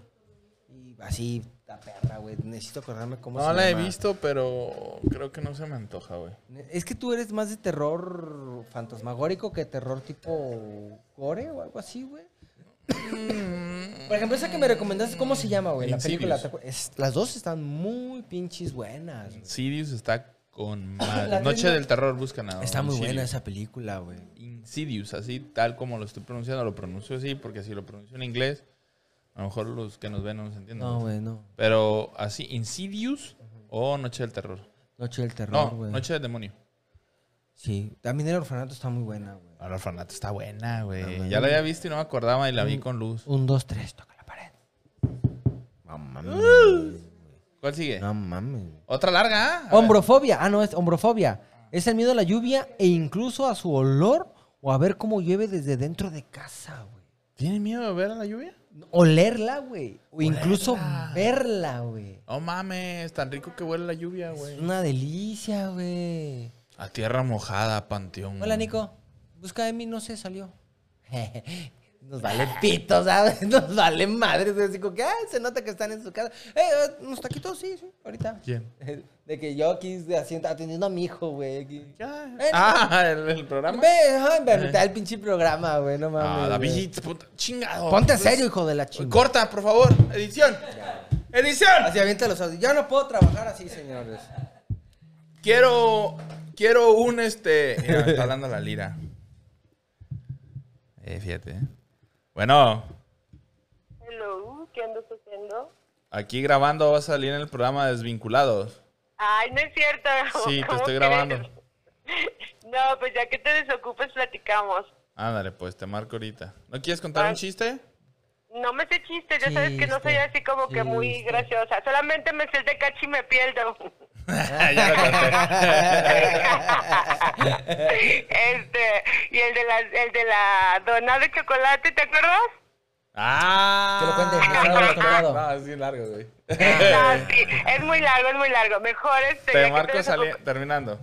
Y así, la perra, güey. Necesito acordarme cómo se
No la he
llama.
visto, pero creo que no se me antoja, güey.
Es que tú eres más de terror fantasmagórico que terror tipo gore o algo así, güey. Por ejemplo, esa que me recomendaste, ¿cómo se llama, güey? La película.
Mm. Insidious.
¿te acuer- es- las dos están muy pinches buenas. güey.
Sirius está con madre.
La
Noche
tengo-
del Terror, buscan a
Está muy
Insidious.
buena esa película, güey.
Insidious, así tal como lo estoy pronunciando, lo pronuncio así, porque si lo pronuncio en inglés, a lo mejor los que nos ven no nos entienden.
No, güey, no.
Pero así, Insidious o Noche del Terror.
Noche del
No,
terror, güey.
Noche del Demonio.
Sí, también el orfanato está muy buena, güey.
Ahora orfanato está buena,
Está
güey.
buena.
Ya la había visto y no me acordaba y la vi con luz.
Un, dos, tres, toca la pared. No mames.
Uh. ¿Cuál sigue?
No mames. güey.
Otra larga. ¿ah? A ver.
Hombrofobia. Ah, no, es hombrofobia. Es el miedo a la lluvia e incluso a su olor o a ver cómo llueve desde dentro de casa, güey.
¿Tiene miedo de ver a la lluvia?
Olerla, güey. O incluso verla, güey.
No mames, tan rico que huele la lluvia,
Es
güey.
una delicia, güey.
A tierra mojada, panteón.
Hola, Nico. Busca de mí, no se salió. *laughs* Nos vale pito, ¿sabes? *laughs* Nos vale madre. Es como que, ah, se nota que están en su casa. Eh, eh, unos taquitos, sí, sí, ahorita.
¿Quién?
*laughs* De que yo aquí de asiento- atendiendo a mi hijo, güey. aquí. Eh,
Ah, el, el programa.
Ve, ajá, me aventé el pinche programa, güey, no mames.
Ah,
güey.
David, puta, chingado.
Ponte
Pues,
serio, hijo de la chingada.
Corta, por favor. Edición. Edición.
Así avienta los audios. Yo no puedo trabajar así, señores.
Quiero. Quiero un este. Mira, me está hablando la lira. Eh, fíjate. eh. Bueno,
Hello, ¿qué andas haciendo?
aquí grabando va a salir en el programa Desvinculados.
Ay, no es cierto.
Sí, te
*laughs* ¿cómo
estoy
crees?
grabando.
No, pues ya que te desocupes, platicamos.
Ándale, pues te marco ahorita. ¿No quieres contar un chiste?
No me sé chistes, ya sabes que no soy
Chiste,
así como que muy
chiste.
graciosa. Solamente me sé el de cachi y
*laughs*
me pierdo.
ya lo
este, y el de la, el de la dona de chocolate, ¿te
*laughs*
acuerdas?
Ah.
Que lo cuentes, no, no, no, tocado.
No, es bien largo, güey.
No, sí, es muy largo, es muy largo. Mejor este. ya
Te
que
marco sali-
desocup-
terminando.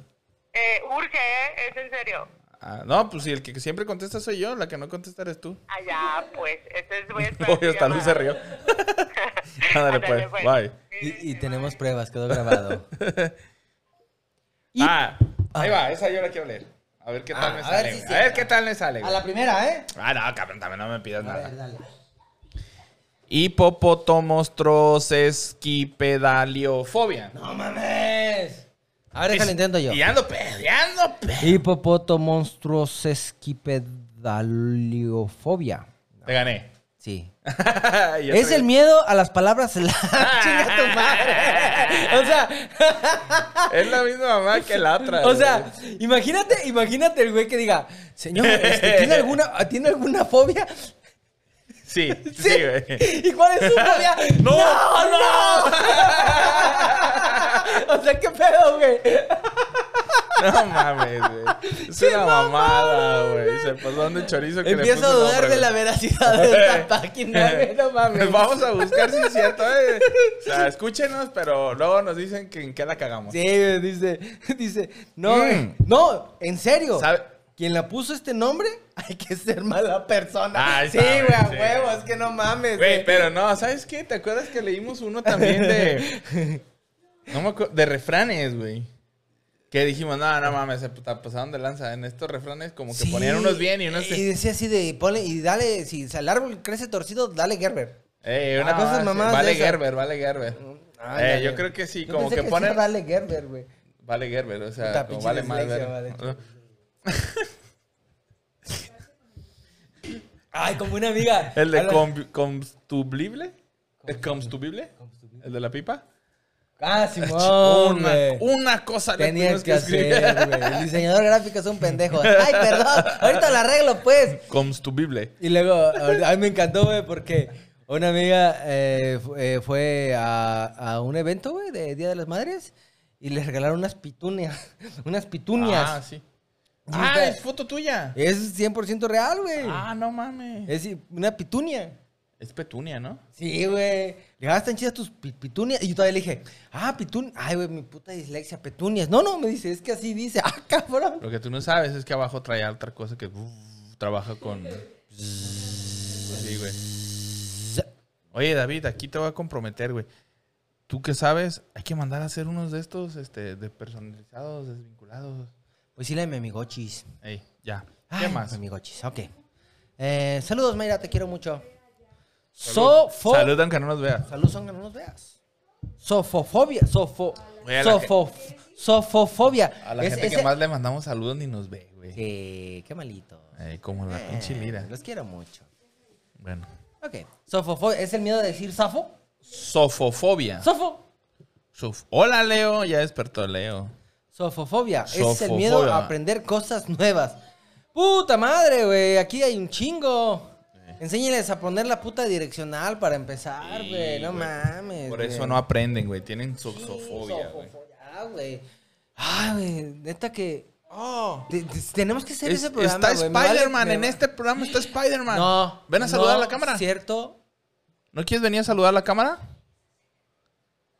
eh, Urge, ¿eh? Es en serio.
Ah, no, pues si el que siempre contesta soy yo, la que no contesta eres tú.
Allá, pues. Entonces
*laughs*
voy a esperar.
Obvio,
tu
hasta Luis se
llamada.
rió. Ándale,
Ándale,
pues.
pues.
Bye.
Y, y tenemos pruebas, quedó grabado. Y-
Ah, ahí va, esa yo la quiero leer. A ver qué tal
Ah,
me
a
sale.
ver si
güey.
sí.
a ver qué tal me sale.
*laughs* A
güey.
la primera, ¿eh?
Ah, no, cabrón, también no me pidas
A
nada.
ver, dale.
Hipopotomostros esquipedaliofobia.
¡No mames! A ver, déjalo intento yo.
Y ando pedo, y ando pedo.
Hipopoto monstruos esquipedaliofobia.
Te
*laughs*
gané.
Sí.
Ya
Es
te-
el miedo a las
*laughs*
palabras *laughs* la chinga tu madre. O sea,
es la misma mamá que la otra.
*laughs* o
güey.
sea, imagínate, imagínate el güey que diga, señor,
*laughs*
este, ¿tiene alguna, ¿tiene alguna fobia?
Sí, sí, güey.
¿Y cuál es su fobia?
*laughs* ¡No!
no. *laughs* o sea, qué pedo, güey.
No mames, güey. Es
¡Qué
una mamada, güey. Se pasó de chorizo que le
Empiezo a
puso la
dudar
otra,
de la
güey.
veracidad de
*laughs*
esta página, güey. No mames.
Eh. Vamos a buscar si es cierto, eh. O sea, escúchenos, pero luego nos dicen que en qué la cagamos.
Sí, güey, dice, dice, no,
Mm.
eh, no, en serio.
¿Sabe?
Quien la puso este nombre, *laughs* hay que ser mala persona.
Ah, ahí
sí,
está,
güey,
güey,
a
sí.
huevo, es que no mames.
Güey, pero no, ¿sabes qué? ¿Te acuerdas que leímos uno también de.
*laughs*
No me acuerdo. De refranes, güey. Que dijimos, no, no mames, se puta- pasaron de lanza. En estos refranes, como que
Sí,
ponían unos bien y unos.
Y decía así de, ponle, y dale, si el árbol crece torcido, dale Gerber.
Ey,
Ah,
Eh, una
cosas
mamada,
mamadas
Vale
de esas.
Gerber, vale Gerber.
Ándale.
Eh, yo creo que sí,
Yo
como
pensé
que ponen-
sí, dale Gerber, güey.
Vale Gerber, o sea,
Puta,
como
pinche
vale más
dislexia,
verga.
Ay, como una amiga.
*laughs* El de
Habla-
com- combustible. ¿El combustible? ¿El de la pipa?
Ah,
*laughs*
Simón,
una,
güey.
una cosa le
Tenías
tuvimos
que
escribir.
hacer, güey. El diseñador gráfico es un pendejo. Ay, perdón, ahorita lo arreglo, pues.
Combustible.
Y luego, a a mí me encantó, güey, porque una amiga eh, fu- eh, fue a, a un evento, güey, de Día de las Madres y les regalaron unas pitunias. *laughs* Unas pitunias.
Ah, sí.
Y
Ah,
está-
es foto tuya.
Es 100% real, güey.
Ah, no mames.
Es una pitunia.
Es Petunia, ¿no?
Sí, güey. Le dije, "Ah, están chidas tus pi- pitunias. Y yo todavía le dije, ah, pitun. Ay, güey, mi puta dislexia, petunias. No, no, me dice, es que así dice. *laughs* Ah, cabrón.
Lo que tú no sabes es que abajo trae otra cosa que uf, trabaja con. Sí, güey. Oye, David, aquí te voy a comprometer, güey. Tú que sabes, hay que mandar a hacer unos de estos este, de personalizados, desvinculados.
Pues sí, la de mi amigo Chis.
Ey, ya. ¿Qué
Ay,
más?
Amigo Chis, ok. Eh, saludos, Mayra, te quiero mucho.
Salud.
Sofo.
Salud, aunque no nos veas.
Salud, son que no nos veas. Sofofobia. Sofo.
Güey, a la
sofo sofofobia.
A la
Es-
gente que
ese-
más le mandamos saludos ni nos ve, güey.
Sí, Eh. qué malito.
Ey, como la pinche lira.
Los quiero mucho.
Bueno.
Ok. Sofofobia. ¿Es el miedo de decir safo?
Sofofobia.
Sofo.
Sof- Hola, Leo. Ya despertó Leo.
Sofofobia. Es el
Sofofobia.
miedo a aprender cosas nuevas. Puta madre, güey. Aquí hay un chingo. Enséñales a poner la puta direccional para empezar,
Sí,
güey. no
güey.
mames.
Por eso
Eh, güey.
no aprenden, güey. Tienen sofofobia, güey.
Sofofobia, güey. Ay, güey, neta que
Oh.
Te- te- tenemos que hacer
Es-
ese programa.
está
güey, me vale-
Spider-Man,
me
en
va-
este programa está Spider-Man.
No.
Ven a
no,
saludar a la cámara.
¿Cierto?
¿No quieres venir a saludar a la cámara?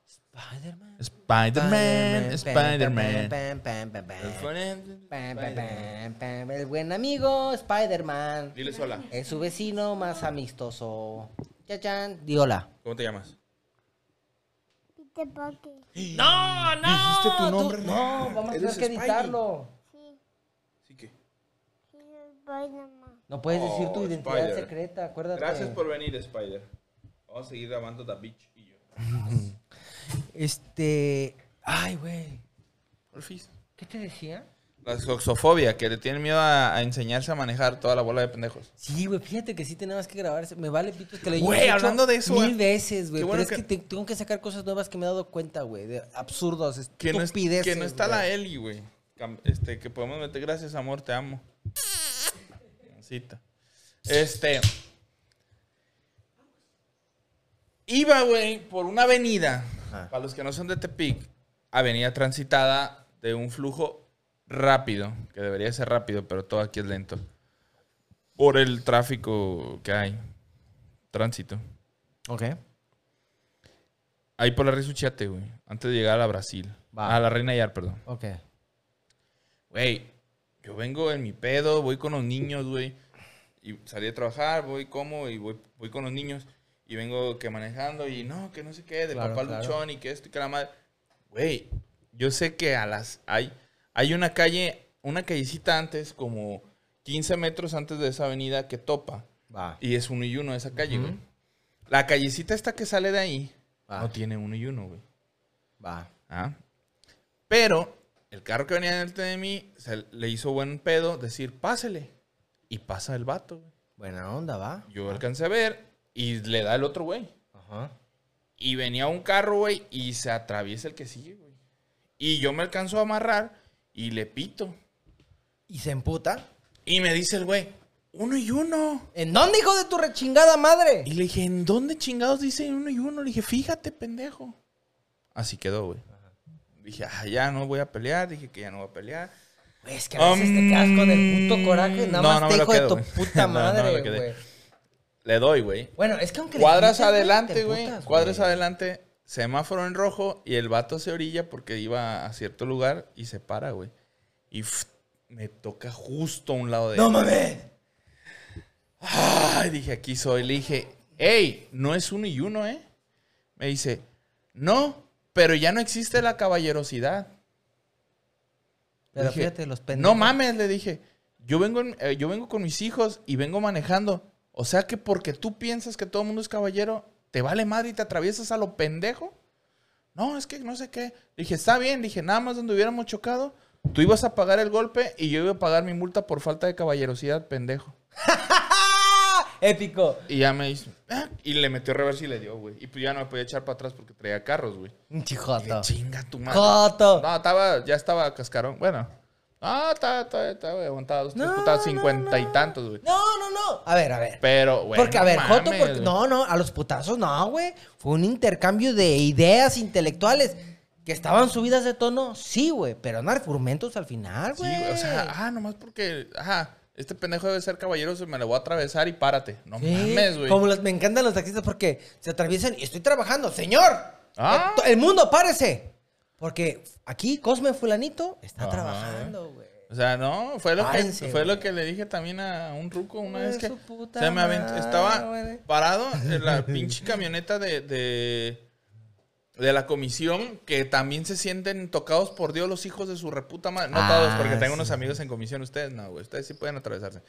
Spider-Man.
Spider-Man,
Pam,
Spider-Man.
pam, pam, pam, pam, pam. Pam, pam, pam, pam. El buen amigo Spider-Man
Dile sola.
es su vecino más amistoso. Chachan, di hola.
¿Cómo te llamas?
Peter Parker.
No, no.
Dijiste tu nombre.
Ah, no, vamos a
Eres
tener que
Spidey.
editarlo.
Sí,
Sí que.
sí, Spider-Man.
No puedes decir tu
Oh,
identidad
Spider.
secreta, acuérdate.
venir, Spider. Vamos a seguir grabando The Beach y yo.
Este. Ay, güey. ¿Qué te decía?
La soxofobia, que le tienen miedo a, a enseñarse a manejar toda la bola de pendejos.
Sí, güey, fíjate que sí tenemos que grabarse. Me vale pito que lo
Güey,
hayamos hecho
hablando de eso,
Mil
eh.
veces, güey.
Qué bueno
pero es que,
que-
te- tengo que sacar cosas nuevas que me he dado cuenta, güey. De absurdos,
Que no, es-
estupideces.
que no está la E.
güey.
Eli, güey. Cam- Este, que podemos meter. Gracias, amor, te amo. Cita. Este. Iba, güey, por una avenida.
Ajá.
Para los que no son de Tepic, avenida transitada de un flujo rápido, que debería ser rápido, pero todo aquí es lento. Por el tráfico que hay. Tránsito.
Ok.
Ahí por la Rizuchiate, güey. Antes de llegar a Brasil.
Va.
A la Reina Yar, perdón.
Ok.
Güey, yo vengo en mi pedo, voy con los niños, güey. Y salí a trabajar, voy como y voy, voy con los niños. Y vengo que manejando y no, que no sé qué, de
Claro,
papá
claro.
luchón y que esto y que la madre. Güey, yo sé que a las. Hay, hay una calle, una callecita antes, como 15 metros antes de esa avenida que topa.
Va.
Y es uno y uno esa calle, güey.
Ujú.
La callecita esta que sale de ahí
Ah.
no tiene uno y uno, güey.
Va.
¿ah? Pero el carro que venía delante de mí se le hizo buen pedo decir, pásele. Y pasa el vato, güey.
Buena onda, va.
Yo alcancé a ver y le da el otro güey.
Ajá.
Y venía un carro, güey, y se atraviesa el que sigue, güey. Y yo me alcanzo a amarrar y le pito.
¿Y se emputa?
Y me dice el güey, uno y uno.
¿En dónde, hijo de tu rechingada madre?
Y le dije, ¿en dónde chingados dice uno y uno? Le dije, fíjate, pendejo. Así quedó, güey. Dije, ah, ya no voy a pelear. Dije que ya no voy a pelear.
Güey, Es que a veces te quedas con el puto coraje. Nada
Mm, no,
más
no
te
me lo
hijo de
quedo,
tu
güey. *laughs*
puta
No, no me
madre,
lo quedé.
güey.
Le doy, güey.
Bueno, es que aunque. le
Cuadras
grites, güey,
adelante,
te
güey.
emputas,
Cuadras
güey.
adelante, semáforo en rojo y el vato se orilla porque iba a cierto lugar y se para, güey. Y f- me toca justo a un lado de él.
mames!
Ay, dije, aquí soy. Le dije, hey, no es uno y uno, ¿eh? Me dice, no, pero ya no existe la caballerosidad.
Pero
Dije,
fíjate, los pendejos.
No
*laughs*
mames, le dije. Yo vengo, en- eh, yo vengo con mis hijos y vengo manejando. O sea que porque tú piensas que todo el mundo es caballero, te vale madre y te atraviesas a lo pendejo. No, es que no sé qué. Le dije, está bien. Le dije, nada más donde hubiéramos chocado, tú ibas a pagar el golpe y yo iba a pagar mi multa por falta de caballerosidad, pendejo.
Épico.
Y ya me hizo. "Ah", Y le metió reversa y le dio, güey. Y pues ya no me podía echar para atrás porque traía carros, güey.
Un
Dije,
chijoto.
chinga tu madre.
Joto.
No, estaba, ya estaba cascarón. Bueno. Ah, estaba, estaba, estaba aguantado. Dos, tres
No,
putadas,
no, no,
cincuenta
no.
y tantos, güey.
No, no, no. A ver, a ver.
Pero, güey.
porque, a ver,
mames,
Joto, porque,
güey.
no, no, a los putazos no, güey. Fue un intercambio de ideas intelectuales que estaban subidas de tono, sí, güey, pero no argumentos al final,
Sí,
güey.
güey, O sea, ah, nomás porque. Ajá. Este pendejo debe ser caballeroso y me lo voy a atravesar y párate. No
Sí,
mames, güey.
Como los, me encantan los taxistas porque se atraviesan y estoy trabajando, señor. Eh,
Ah.
El, el mundo, párese. Porque aquí Cosme Fulanito está
Ajá.
trabajando, güey.
O sea, no, fue lo, que,
Párense,
fue lo
güey.
que le dije también a un ruco una
Hijo
vez
de
que
su puta
se me aventó,
madre,
estaba
güey.
parado en
*laughs*
la pinche camioneta de, de, de la comisión que también se sienten tocados por Dios los hijos de su reputa madre. No
Ah,
todos, porque tengo
sí.
unos amigos en comisión. Ustedes no, güey. Ustedes sí pueden
*laughs*
atravesarse.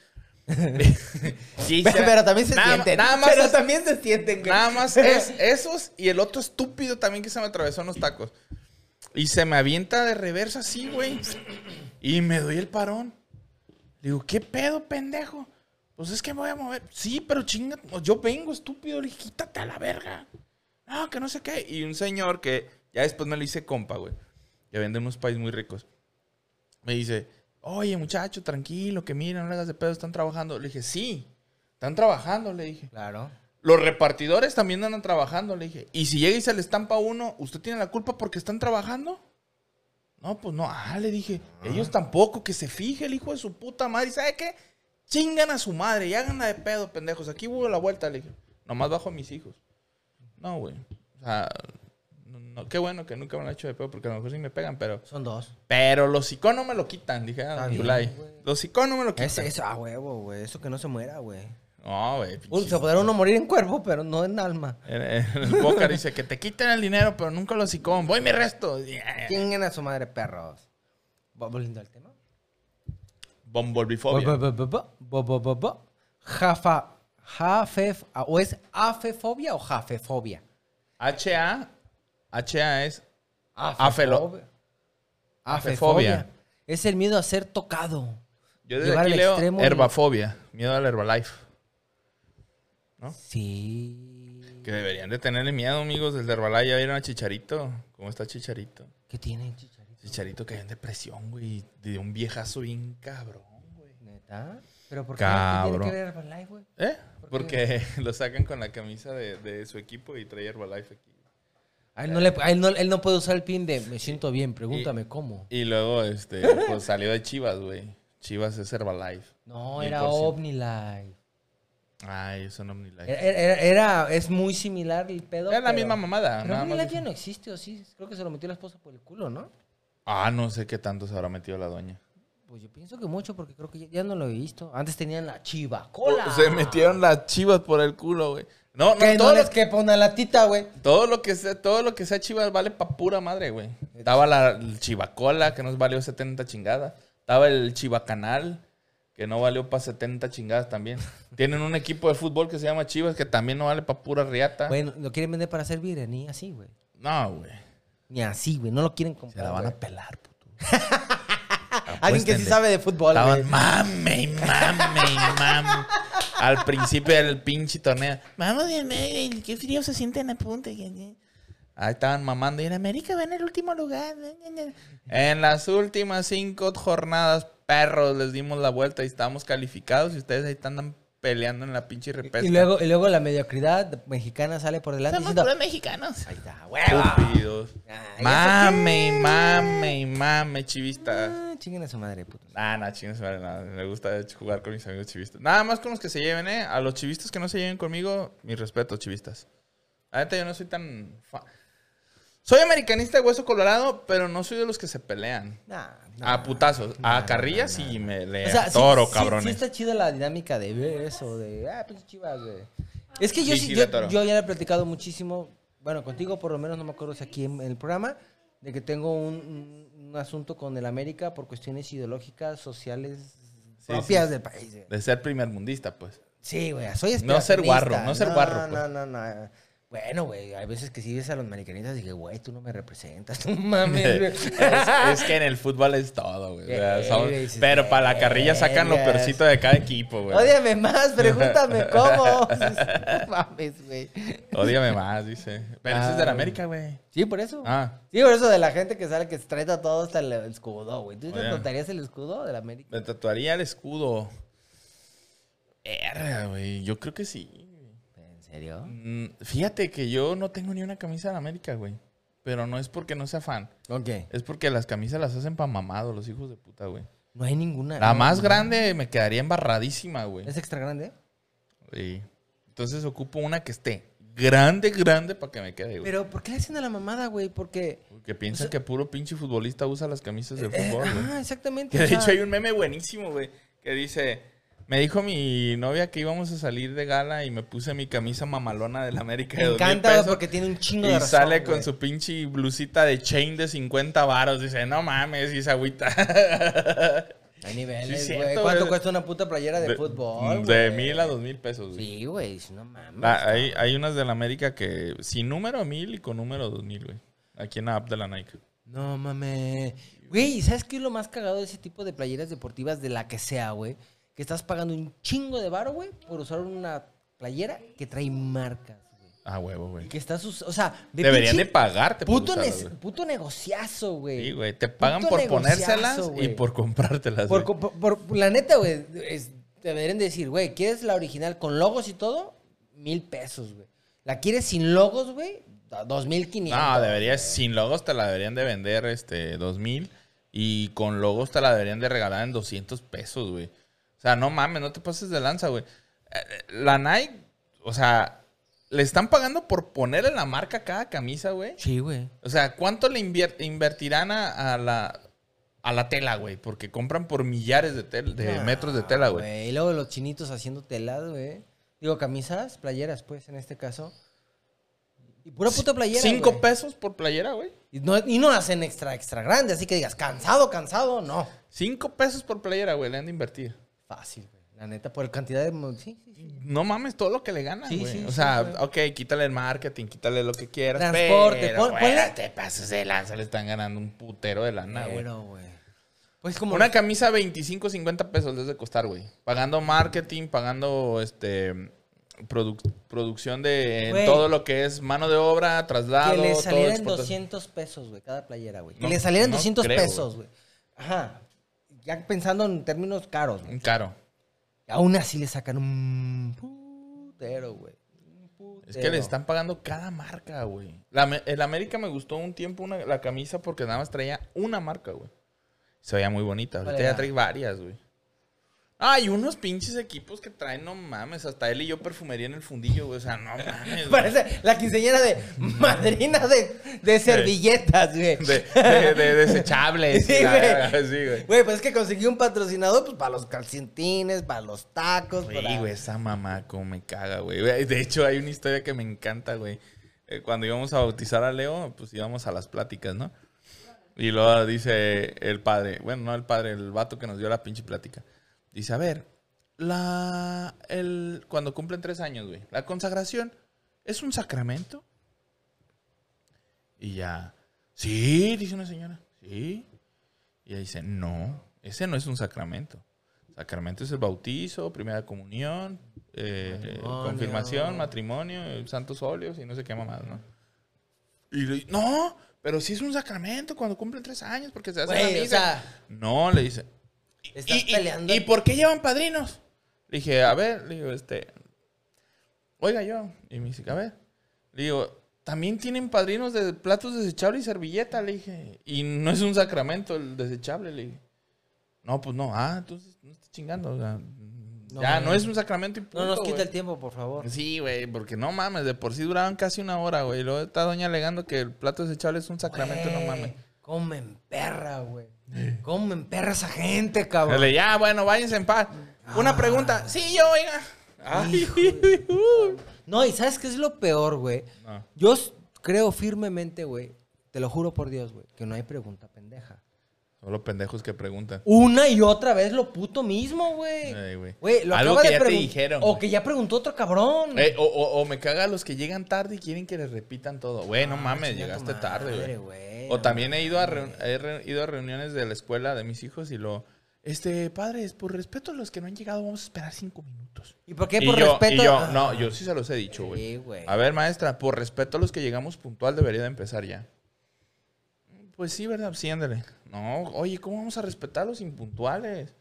*laughs* Sí,
Pero,
sea-
pero también se
nada-
sienten.
Nada más,
pero
es-
también se sienten, güey. *laughs*
nada más es esos y el otro estúpido también que se me atravesó en los tacos. Y se me avienta de reversa así, güey. Y me doy el parón. Le digo, ¿qué pedo, pendejo? Pues es que me voy a mover. Sí, pero chinga, pues yo vengo, estúpido. Le dije, quítate a la verga. No, que no sé qué. Y un señor que ya después me lo hice compa, güey. Que vende en unos países muy ricos. Me dice, oye, muchacho, tranquilo, que mira, no le hagas de pedo, están trabajando. Le dije, sí, están trabajando, le dije.
Claro.
Los repartidores también andan trabajando, le dije. Y si llega y se le estampa uno, ¿usted tiene la culpa porque están trabajando? No, pues no, ah, le dije, ellos tampoco, que se fije el hijo de su puta madre. ¿Y sabe qué? Chingan a su madre y háganla de pedo, pendejos. Aquí hubo la vuelta, le dije. Nomás bajo a mis hijos. No, güey. O sea, no- no, qué bueno que nunca me lo han hecho de pedo, porque a lo mejor sí me pegan, pero...
Son dos.
Pero los psicó no me lo quitan, dije, ah,
Está bien,
Zulay.
güey.
Los psicó no me lo
Es,
quitan.
eso, a huevo, güey. Eso que no se muera, güey.
No, güey.
Un-
pinche-
Se podrá uno morir en cuerpo, pero no en alma.
El, el Boca dice que te quiten el dinero, pero nunca los psicón. Voy mi resto. Yeah.
Tienen a su madre perros. Va Volviendo al tema.
Bombolbifobia.
Bo- bo- bo- bo- bo- bo- bo- Jafa. Jafef. ah, ¿O es afefobia o jafefobia?
HA. HA es.
Afefobia.
Afefobia.
Afefobia. Es el miedo a ser tocado.
Yo desde
Llevar
aquí
al
leo
extremo-
herbafobia. Miedo al Herbalife.
Sí.
Que deberían de tenerle miedo, amigos, del Herbalife. Ya vieron a Chicharito. ¿Cómo está Chicharito?
¿Qué tiene, chicharito?
Chicharito cayó en depresión, güey. De un viejazo bien cabrón, güey.
¿Neta? ¿Pero por qué
Cabrón.
tiene que ver Herbalife, güey?
¿Eh?
¿Por
Porque *laughs* lo sacan con la camisa de, de su equipo y trae Herbalife aquí.
A él, no le- a él no- él no puede usar el pin de me siento bien, pregúntame cómo.
Y luego, este, pues salió de Chivas, güey. Chivas es Herbalife.
No,
100%.
era OmniLife.
Ay, eso no me like.
Era, era- era- es muy similar el pedo.
Es la
Eh, pero-
misma mamada.
Pero
nada más
OmniLife ya
dif-
no existe, ¿o sí? Creo que se lo metió la esposa por el culo, ¿no?
Ah, no sé qué tanto se habrá metido la doña.
Pues yo pienso que mucho, porque creo que ya, ya no lo he visto. Antes tenían la chiva cola.
Se metieron las chivas por el culo, güey. No, no,
Que no
todo,
les
lo,
quepa una latita, güey.
todo lo que sea, todo lo que sea chivas vale pa' pura madre, güey. Estaba la chivacola, que nos valió 70 chingadas. Estaba el chivacanal, que no valió pa' 70 chingadas
*laughs*
también. Tienen un equipo de fútbol que se llama Chivas, que también no vale pa' pura riata.
Bueno, lo quieren vender para servir, eh, ni así, güey.
No, güey.
Ni así, güey. No lo quieren
Se
comprar.
la van a
güey.
pelar, puto.
*laughs* Alguien que sí sabe de fútbol, güey.
Estaban mame, y mame, y mame. Al principio del pinche torneo. Vamos, bien, eh, qué frío se siente en la punta. que- que- Ahí estaban mamando. Y en América va en el último lugar. En las últimas cinco jornadas, perros, les dimos la vuelta y estábamos calificados. Y ustedes ahí están peleando en la pinche repesca.
Y luego, y luego la mediocridad mexicana sale por delante
Somos
diciendo... "Ah,
puros mexicanos.
Ahí está,
Estúpidos.
Ay,
Mame, y mame, y mame, chivistas.
Ah, chinguen a su madre, putos.
Nah, nah, chingues, madre, nada. Me gusta jugar con mis amigos chivistas. Nada más con los que se lleven, ¿eh? A los chivistas que no se lleven conmigo, mi respeto, chivistas. La neta, yo no soy tan. fa- Soy americanista de hueso colorado, pero no soy de los que se pelean.
Nah,
a
nah.
putazos.
nah,
a carrillas y me le
O sea, sí-
atoro,
sí-
cabrones.
Sí, está chida la dinámica de beso, de. Ah, pinche chivas, güey. Es que yo,
Sí,
sí-
sí le
yo,
atoro.
yo ya le he platicado muchísimo. Bueno, contigo, por lo menos, no me acuerdo si aquí en, en el programa, de que tengo un, un- un asunto con el América por cuestiones ideológicas, sociales propias del país, güey.
De ser primermundista,
*laughs*
pues.
Sí, güey, soy
No ser guarro,
aspiracionista.
no ser guarro, pues.
No, no, no, no. Bueno, güey, hay veces que sí ves a los americanistas y que, güey, tú no me representas, *laughs* no mames, güey.
*laughs* es, es que en el fútbol es todo, güey. O sea,
Sí, eh,
son-
güey, dices,
pero para la carrilla sacan lo
vergas.
peorcito de cada equipo, güey.
Ódiame más, pregúntame
*laughs*
cómo. *laughs* No mames, güey.
Ódiame más, dice. Pero eso es del
Ah.
América, güey.
Sí, por eso.
Ah.
Sí, por eso de la gente que sale que se trae todo hasta el escudo, güey. ¿Tú te
Oye.
tatuarías el escudo de la América?
Me tatuaría el escudo. Verga, güey. Yo creo que sí.
¿En serio?
Mm, Fíjate que yo no tengo ni una camisa de América, güey. Pero no es porque no sea fan.
Ok.
Es porque las camisas las hacen pa' mamado los hijos de puta, güey.
No hay ninguna.
La
no,
más
no.
grande me quedaría embarradísima, güey.
¿Es extra grande?
Sí. Entonces ocupo una que esté grande, grande para que me quede, güey.
Pero ¿por qué le hacen a la mamada, güey? Porque...
Porque piensan que puro pinche futbolista usa las camisas de
Eh,
fútbol, güey.
ajá,
Que *laughs*
exactamente.
de
o sea,
hecho hay un meme buenísimo, güey, que dice, me dijo mi novia que íbamos a salir de gala y me puse mi camisa mamalona del América de
Me
2000
encanta, güey,
pesos
porque tiene un chingo
y
de razón,
sale con
güey.
su pinche blusita de chain de 50 varos. Dice, no mames, esa agüita.
Hay
Sí, es
niveles,
cierto,
güey. ¿Cuánto
güey.
cuesta una puta playera *laughs* de, fútbol,
De
güey?
mil a dos mil pesos, güey.
Sí, güey, no mames.
La- hay, hay unas del América que sin número mil y con número dos mil, güey. Aquí en la app de la Nike.
No mames. Güey, ¿y ¿sabes qué es lo más cagado de ese tipo de playeras deportivas de la que sea, güey? Que estás pagando un chingo de varo, güey, por usar una playera que trae marcas, güey.
Ah, huevo, güey.
Y que estás usando. O sea, de
Deberían
pinche
de pagarte por
Puto,
usarlas,
nec-
güey.
puto negociazo, güey.
Sí, güey. Te pagan
Puto
por
negociazo,
ponérselas y
güey.
por comprártelas,
Por,
güey.
co- por- por- la neta, güey, es- deberían decir, güey, ¿quieres la original con logos y todo? Mil pesos, güey. ¿La quieres sin logos, güey? 2.500.
No, debería, sin logos te la deberían de vender este 2000 y con logos te la deberían de regalar en 200 pesos, güey. O sea, no mames, no te pases de lanza, güey. Eh, eh, La Nike, o sea, le están pagando por ponerle la marca a cada camisa, güey.
Sí, güey.
O sea, ¿cuánto le invier- invertirán a, a la a la tela, güey? Porque compran por millares de, tel- de
Ah,
metros de tela, güey.
Y luego los chinitos haciendo telas, güey. Digo, camisas, playeras, pues, en este caso. Y pura puta playera.
Cinco
güey.
pesos por playera, güey.
Y no, y no hacen extra, extra grande, así que digas, cansado, cansado, no.
Cinco pesos por playera, güey, le han de invertir.
Fácil, güey. La neta, por cantidad de. mo- Sí, sí, sí.
No mames todo lo que le ganan,
Sí,
güey.
sí,
o
sí,
sea,
güey.
ok, quítale el marketing, quítale lo que quieras.
Transporte,
pero,
pon-
güey,
ponle-
no te pases de lanza, le están ganando un putero de lana, güey.
Pero, güey. Pues como.
Una camisa 25, 50 pesos les de costar, güey. Pagando marketing, pagando este produc- producción de
Güey.
todo lo que es mano de obra, traslado,
Que le
todo
salieran
exportación.
200 pesos, güey, cada playera, güey. Que
No,
le salieran
no
200
creo,
pesos, güey. Ajá. Ya pensando en términos caros, güey.
Caro.
Aún así le sacan un putero, güey. Un
Es que le
putero.
están pagando cada marca, güey. La me- el América me gustó un tiempo una- la camisa porque nada más traía una marca, güey. Se veía muy bonita. Ahorita
¿Cuál
ya
era?
trae varias, güey. Hay unos pinches equipos que traen, no mames, hasta él y yo perfumería en el fundillo, güey. O sea,
*laughs*
no mames. güey.
Parece la quinceañera de madrina de, de servilletas, güey.
De, de- de desechables.
*laughs* Sí,
la
güey.
verga, Sí, güey.
Güey, pues es que conseguí un patrocinador pues, para los calcetines, para los tacos, para...
Sí, güey, esa mamá como me caga, güey. Güey, De hecho, hay una historia que me encanta, güey. Eh, Cuando íbamos a bautizar a Leo, pues íbamos a las pláticas, ¿no? Y luego dice el padre, bueno, no el padre, el vato que nos dio la pinche plática. Dice, a ver, la, el, cuando cumplen tres años, güey, la consagración es un sacramento. Y ya, sí, dice una señora, sí. Y ella dice, no, ese no es un sacramento. Sacramento es el bautizo, primera comunión, eh,
Matrimonio.
confirmación, matrimonio, eh, santos óleos y no sé qué más, ¿no? Y le dice, no, pero sí es un sacramento cuando cumplen tres años porque se hace
Güey,
la
o
misa".
sea,
No, le dice.
estás
"¿Y- y-
peleando.
¿Y, por qué llevan padrinos? Le dije, a ver, le digo, este. Oiga, yo. Y me dice, a ver. Le digo, también tienen padrinos de platos desechables y servilleta, le dije. Y no es un sacramento el desechable, le dije. No, pues no. Ah, entonces no estás chingando. o sea,
No,
ya, no
güey.
es un sacramento y
No nos
punto,
quita
güey.
el tiempo, por favor.
Sí, güey, porque no mames, de por sí duraban casi una hora, güey. Y Luego está doña alegando que el plato desechable es un sacramento, no
Güey,
mames.
Cómo me perra, güey. Cómo me perra esa gente,
Le
cabrón.
dije, ya, bueno, váyanse en paz.
Ah.
Una pregunta. Sí, yo, oiga. Ay,
No, y ¿sabes qué es lo peor, güey?
No.
Yo s- creo firmemente, güey, te lo juro por Dios, güey, que no hay pregunta pendeja.
Son los pendejos que preguntan.
Una y otra vez lo puto mismo, güey.
Ay, güey.
Güey, lo
Algo
acaba
que
de
ya te
pregun-
dijeron,
O
güey.
que ya preguntó otro cabrón.
Eh, o, o- o me caga los que llegan tarde y quieren que les repitan todo. Güey, no mames,
Ah, chinga tu
llegaste tarde,
madre,
güey.
güey,
O
no
también he ido, a reun- he re- ido a reuniones de la escuela de mis hijos y lo... Este, padres, por respeto a los que no han llegado, vamos a esperar cinco minutos.
¿Y por qué?
Y
Por
yo,
respeto.
y yo, no, yo sí se los he dicho, güey.
Sí, güey.
A ver, maestra, por respeto a los que llegamos puntual, debería de empezar ya. Pues sí, ¿verdad? Sí, ándale. No, oye, ¿cómo vamos a respetar a los impuntuales?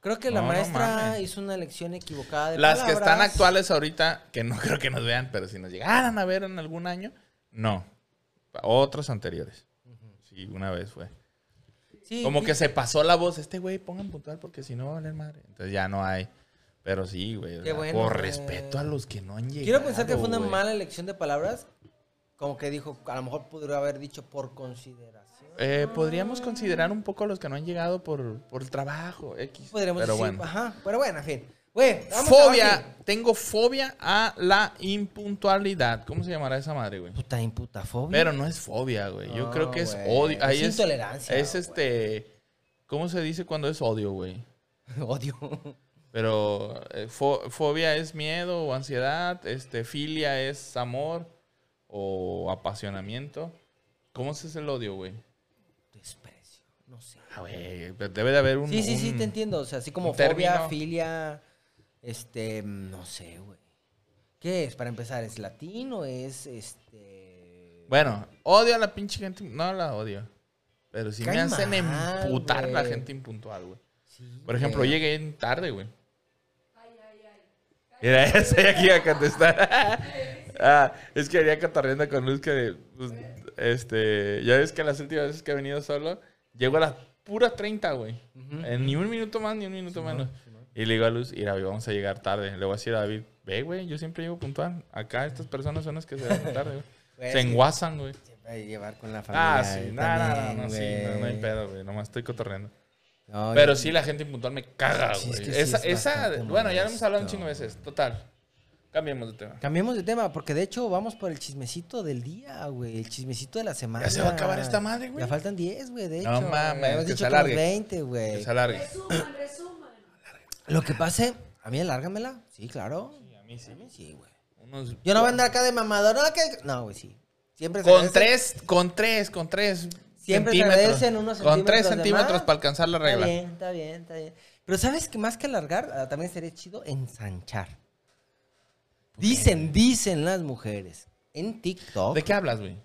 Creo que la
No, no
maestra
mames.
hizo una lección equivocada de
Las que están
palabras.
actuales ahorita, que no *laughs* creo que nos vean, pero si nos llegaran a ver en algún año, no. Otros anteriores. Sí, una vez fue.
Sí,
Como
y-
que se pasó la voz, este güey, pongan puntual porque si no va a valer madre. Entonces ya no hay. Pero sí, güey. o sea,
bueno,
por
güey.
respeto a los que no han llegado.
Quiero pensar que fue una
güey.
mala elección de palabras. Como que dijo, a lo mejor podría haber dicho por consideración.
Eh, podríamos considerar un poco a los que no han llegado por, por trabajo, X.
Podríamos
pero
decir,
bueno.
ajá. Pero bueno, en fin. Güey, vamos abajo.
Fobia, tengo fobia a la impuntualidad. ¿Cómo se llamará esa madre, güey?
Puta imputa fobia.
Pero no es fobia, güey. Yo
No,
creo que es
güey.
odio. Ahí
Es intolerancia,
Es
güey.
este. ¿Cómo se dice cuando es odio, güey?
*laughs* Odio.
Pero eh, fo- fobia es miedo o ansiedad, este, filia es amor o apasionamiento. ¿Cómo se es el odio, güey?
Desprecio. No sé.
Ah, güey, debe de haber un...
Sí, sí, sí,
un-
te entiendo. O sea, así como
un término.
fobia, filia, este, mm, no sé, güey. ¿Qué es? Para empezar, ¿es latino? ¿Es este...?
Bueno, odio a la pinche gente. No la odio. Pero si me
Cae
hacen
mal,
emputar la
güey.
gente impuntual, güey.
Sí,
Por ejemplo,
güey.
llegué en *laughs* tarde, güey. Mira, esa ya que iba a contestar. *laughs* Ah, es que venía catarriendo con Luz que, pues, este, ya ves que las últimas veces que he venido solo, llego a las puras 30, güey. En ni un minuto más, ni un minuto menos. Y le digo a Luz, mira, güey, vamos a llegar tarde. Le voy a decir a David, ve, güey, yo siempre llego puntual. Acá estas personas son las que se van tarde, güey.
*laughs* Güey,
se
es que-
enguasan, güey.
Siempre hay que llevar con la familia.
Ah, sí,
yo
no, no,
también,
no, no, sí,
güey.
no, no hay pedo, güey. Nomás estoy cotorreando.
No,
Pero
yo-
sí, la gente impuntual me caga,
Sí,
güey.
es que sí
esa,
es
esa,
bastante
bueno, ya lo hemos hablado un
molesto.
chingo de veces. Total. Cambiemos de tema.
Cambiemos de tema, porque de hecho vamos por el chismecito del día, güey. El chismecito de la semana.
Ya se va a acabar esta madre, güey.
Ya faltan 10, güey, de hecho.
No mames,
Habíamos
que
dicho
se
los
alargue.
20,
Que
güey.
se alargue.
Lo que pase, a mí alárgamela. Sí, claro.
A mí sí.
Sí, güey.
Unos-
Yo no voy a andar acá de mamador. No, que- no, güey, sí. Siempre se
Con
agradece.
tres, con tres, con tres.
Siempre se agradecen unos
Con tres
centímetros de
centímetros
más.
para alcanzar la regla.
Está bien, está bien, está bien. Pero sabes que más que alargar, ah, también sería chido ensanchar. Dicen, dicen las mujeres en TikTok.
¿De qué hablas, güey?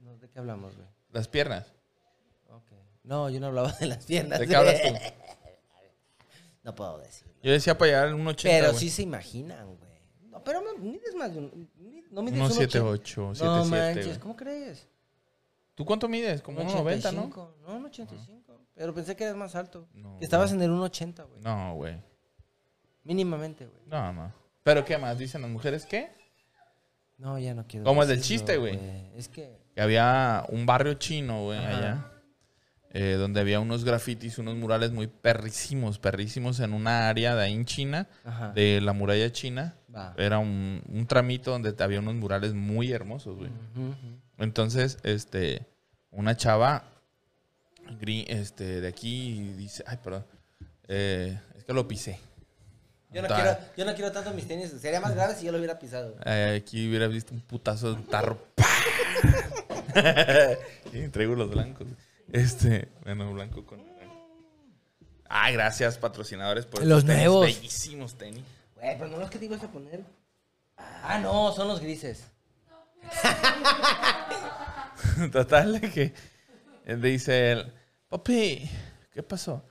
No, ¿de qué hablamos, güey?
Las piernas.
Ok. No, yo no hablaba de las tiendas. *laughs*
¿De qué hablas tú?
No puedo decir.
Yo decía para llegar en un 80.
Pero
güey.
sí se imaginan, güey. No, pero me- mides más de un. mi- No mides
Unos
un
siete,
ochen-
ocho,
No
siete, siete,
manches,
güey.
¿cómo crees?
¿Tú cuánto mides? Como
Un
1,90, ¿no? Ah.
85. No, un 85. Pero pensé que eras más alto.
No,
que estabas en el 1,80, güey.
No, güey.
Mínimamente, güey.
No, no. ¿Pero qué más? Dicen las mujeres que
No, ya no quiero.
Como el del
decirlo,
chiste, güey.
Es que.
que había un barrio chino, güey, allá. eh, donde había unos grafitis, unos murales muy perrísimos, perrísimos en una área de ahí en China,
Ajá.
de la muralla china.
Va.
Era un, un tramito donde había unos murales muy hermosos, güey.
Ujú, ujú.
Entonces, este, una chava gri- este, de aquí dice, ay, perdón, eh, es que lo pisé.
Yo no,
Ta-
quiero, yo no quiero tanto mis tenis. Sería más grave si yo lo hubiera pisado.
Eh, aquí hubiera visto un putazo de un tarro. *laughs* ¡Pah! y traigo los blancos. Este, bueno, blanco con naranja. Ay, gracias, patrocinadores, por
Los
estos tenis,
nuevos.
Bellísimos tenis.
Güey, pero no los que te ibas a poner. Ah, no, son los grises.
*laughs* Total, de que él dice él, papi, ¿qué pasó?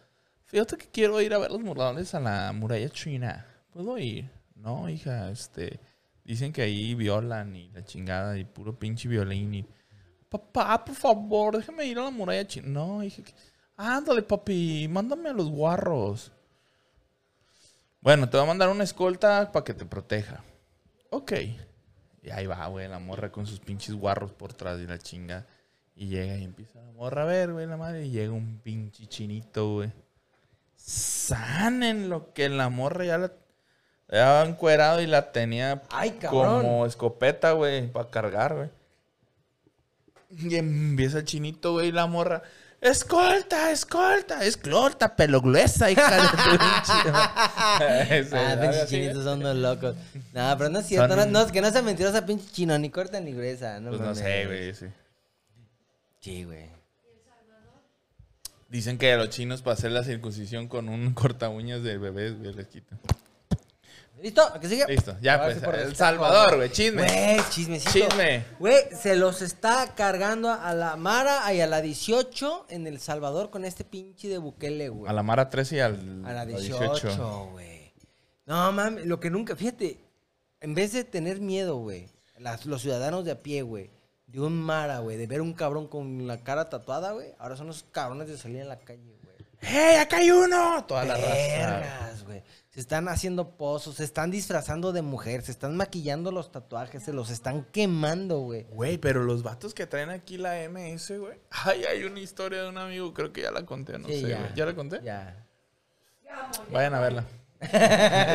Fíjate que quiero ir a ver los murales a la muralla china. ¿Puedo ir? No, hija, este. Dicen que ahí violan y la chingada y puro pinche violín y. Papá, por favor, déjame ir a la muralla china. No, hija. que- Ándale, papi, mándame a los guarros. Bueno, te voy a mandar una escolta para que te proteja. Ok. Y ahí va, güey, la morra con sus pinches guarros por atrás y la chinga. Y llega y empieza la morra a ver, güey, la madre. Y llega un pinche chinito, güey. Sanen lo que la morra ya la ya había encuerado y la tenía
Ay, cabrón.
como escopeta, güey, para cargar, güey. Y empieza el chinito, güey, y la morra. Escolta, escolta, escolta, pelo gruesa, hija de *laughs* tu *laughs* pinche. Sí,
ah,
algo así,
pinches
güey.
chinitos son unos locos. No, pero no es cierto.
Son-
No, no, que no sea mentirosa, pinche chino, ni corta ni gruesa. No
Pues no
mames.
sé, güey, sí.
Sí, güey.
Dicen que a los chinos para hacer la circuncisión con un *laughs* corta uñas de bebés, güey, les quitan.
¿Listo? ¿A qué sigue?
Listo, ya
Ahora
pues.
Ah, sí por
El
destajo.
Salvador, güey, chisme.
Güey, chismecito.
Chisme.
Güey, se los está cargando a la Mara y a la 18 en El Salvador con este pinche de Bukele, güey.
A la Mara 13 y al
A la
al
18, güey. No, mames, lo que nunca, fíjate, en vez de tener miedo, güey, las- los ciudadanos de a pie, güey, de un mara, güey, de ver un cabrón con la cara tatuada, güey, ahora son los cabrones de salir a la calle, güey.
¡Hey, acá hay uno! Toda la raza.
Vergas, güey. Se están haciendo pozos, se están disfrazando de mujer, se están maquillando los tatuajes, se los están quemando, güey.
Güey, pero los vatos que traen aquí la MS, güey. Ay, hay una historia de un amigo, creo que ya la conté, no
Sí,
sé, güey. ¿Ya la conté?
Ya.
Vayan a
*laughs*
verla.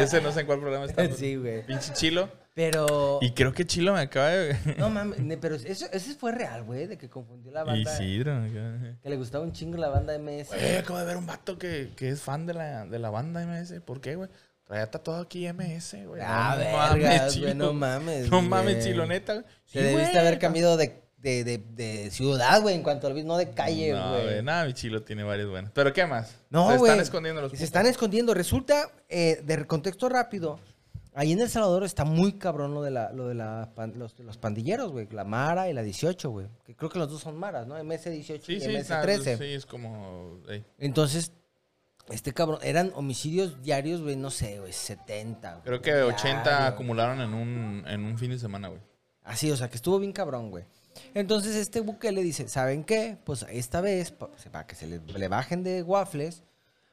Ese no sé en cuál programa está.
Sí, güey.
Pinche Chilo.
Pero.
Y creo que Chilo me acaba de...
No mames, ne- pero eso, ese fue real, güey, de que confundió la
Y
banda.
Isidro. acá.
Que le gustaba un chingo la banda MS.
Güey, Eh, acabo de ver un vato que, que es fan de la, de la banda MS. ¿Por qué, güey? Traía tatuado aquí MS, güey.
Ah, vergas, güey, no mames,
No mames,
güey.
chilo, neta, güey. Sí,
Te debiste
güey.
haber cambiado de, de, de, de ciudad, güey, en cuanto al beat, no de calle,
No,
güey.
güey, nada, mi chilo tiene varios buenos. ¿Pero qué más?
No,
Se
güey.
están escondiendo los
Se están escondiendo. Resulta, eh, de contexto rápido, ahí en El Salvador está muy cabrón lo de, la, lo de la pan- los, los pandilleros, güey. La Mara y la 18, güey. Que creo que los dos son Maras, ¿no? MS-18
Sí,
y
sí, nada,
MS-13.
sí, es como... ey,
Entonces, Este cabrón, eran homicidios diarios, güey, no sé, güey, 70. güey,
Creo que
diario.
80 acumularon en un, en un fin de semana, güey.
Así, o sea, que estuvo bien cabrón, güey. Entonces este buque le dice, ¿saben qué? Pues esta vez, pa- o sea, para que se le, le bajen de waffles,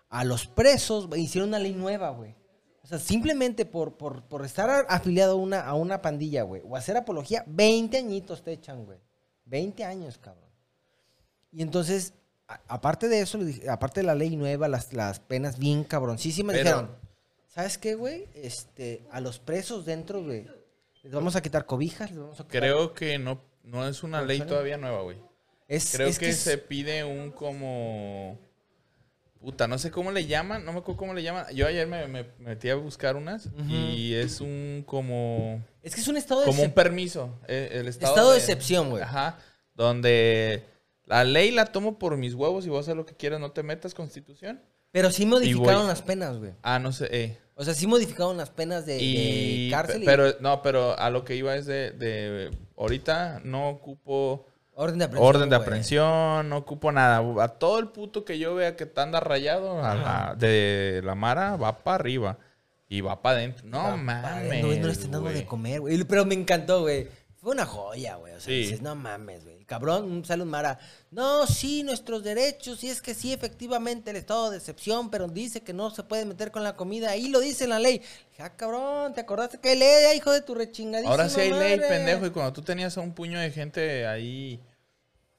a los presos güey, hicieron una ley nueva, güey. O sea, simplemente por, por, por estar a- afiliado a una, a una pandilla, güey, o hacer apología, 20 añitos te echan, güey. 20 años, cabrón. Y entonces, a- aparte de eso, le dije- aparte de la ley nueva, las, las penas bien cabroncísimas,
Pero-
dijeron, ¿sabes qué, güey? Este, a los presos dentro, güey, les vamos a quitar cobijas, les vamos a quitar...
Creo que no, no es una ley todavía nueva, güey.
Es-
Creo
es
que,
es-
se pide un como... Puta, no sé cómo le llaman, no me acuerdo cómo le llaman. Yo ayer me, me metí a buscar unas y es un como...
Es que es un estado de...
Como un
excep-
permiso. eh, El estado,
Estado de excepción, güey.
Ajá. Donde la ley la tomo por mis huevos y voy a hacer lo que quieras, no te metas, constitución.
Pero sí modificaron
voy.
las penas, güey.
Ah, no sé. eh.
O sea, sí modificaron las penas de, de
Y,
cárcel y
pero, no, pero a lo que iba es de, de ahorita no ocupo
orden de aprehensión.
orden de
güey.
aprehensión, no ocupo nada. A todo el puto que yo vea que te anda rayado a la- de la mara va para arriba y va para adentro. No
Ah, padre,
mames.
No, no le están dando de
güey.
comer, güey. Pero me encantó, güey. Fue una joya, güey. O sea,
Sí.
dices, no mames, güey. El cabrón sale un mara. No, sí, nuestros derechos. Y es que sí, efectivamente, el estado de excepción, pero dice que no se puede meter con la comida. Ahí lo dice la ley. Dije, ah, cabrón, ¿te acordaste que hay ley, hijo de tu rechingadísima
Ahora sí hay ley,
madre?
pendejo. Y cuando tú tenías a un puño de gente ahí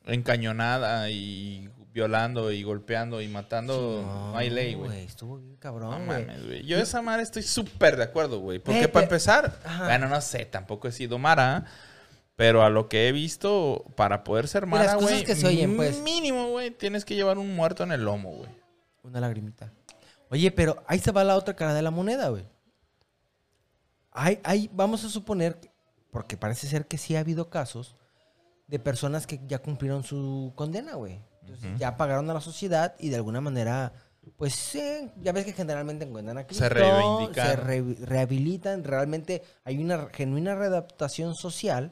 encañonada y violando y golpeando y matando, no hay ley, güey.
Estuvo bien
No
cabrón, güey.
mames, güey. Yo esa madre estoy súper de acuerdo, güey. Porque
Güey,
para
pero-
empezar,
Ajá.
bueno, no sé, tampoco he sido Mara. Pero a lo que he visto, para poder ser
las
Mara,
cosas
güey,
que se oyen, pues.
mínimo, güey, tienes que llevar un muerto en el lomo, güey.
Una lagrimita. Oye, pero ahí se va la otra cara de la moneda, güey. Ahí, ahí vamos a suponer, porque parece ser que sí ha habido casos de personas que ya cumplieron su condena, güey. Entonces, Ya pagaron a la sociedad y de alguna manera, pues sí, ya ves que generalmente encuentran a Cristo,
reivindican.
se re- rehabilitan, realmente hay una genuina readaptación social.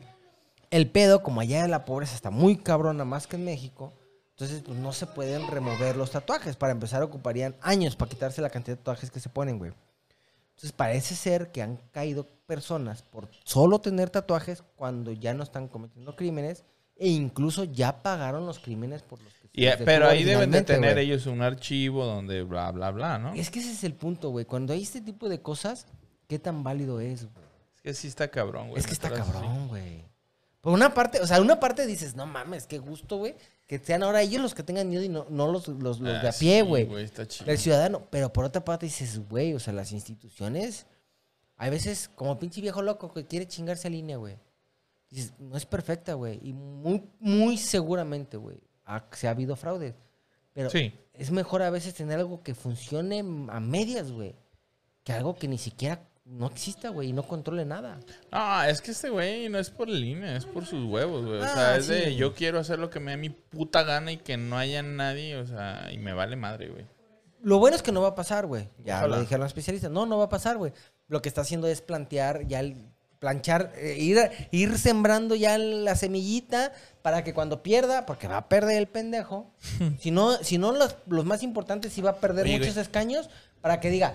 El pedo, como allá la pobreza está muy cabrona más que en México, entonces pues, no se pueden remover los tatuajes. Para empezar, ocuparían años para quitarse la cantidad de tatuajes que se ponen, güey. Entonces parece ser que han caído personas por solo tener tatuajes cuando ya no están cometiendo crímenes e incluso ya pagaron los crímenes por los que se
Y,
les
eh,
detuvo
pero ahí deben de
originalmente,
tener
güey.
ellos un archivo donde bla, bla, bla, ¿no? Es
Es que ese es el punto, güey. Cuando hay este tipo de cosas, ¿qué tan válido es, güey?
que sí está cabrón, güey.
es que está
meterlas así.
cabrón, güey. Por una parte, o sea, una parte dices, no mames, qué gusto, güey. Que sean ahora ellos los que tengan miedo y no, no los, los, los de
Ah,
a
sí,
pie, güey.
está chido.
El ciudadano. Pero por otra parte dices, güey, o sea, las instituciones, hay veces como pinche viejo loco que quiere chingarse a línea, güey. Dices, no es perfecta, güey. Y muy, muy seguramente, güey, ha- se ha habido fraudes. Pero
Sí.
es mejor a veces tener algo que funcione a medias, güey. Que algo que ni siquiera no exista, güey, y no controle nada.
Ah, es que este güey no es por línea, es por sus huevos, güey. O
Ah,
sea, es de
sí.
yo quiero hacer lo que me dé mi puta gana y que no haya nadie, o sea, y me vale madre, güey.
Lo bueno es que no va a pasar, güey. Ya
Ojalá.
lo dijeron los especialistas. No, no va a pasar, güey. Lo que está haciendo es plantear ya el planchar, eh, ir, ir sembrando ya la semillita para que cuando pierda, porque va a perder el
*laughs*
pendejo, si no, si no los, los más importantes, si va a perder
Oye,
muchos
güey.
escaños, para que diga,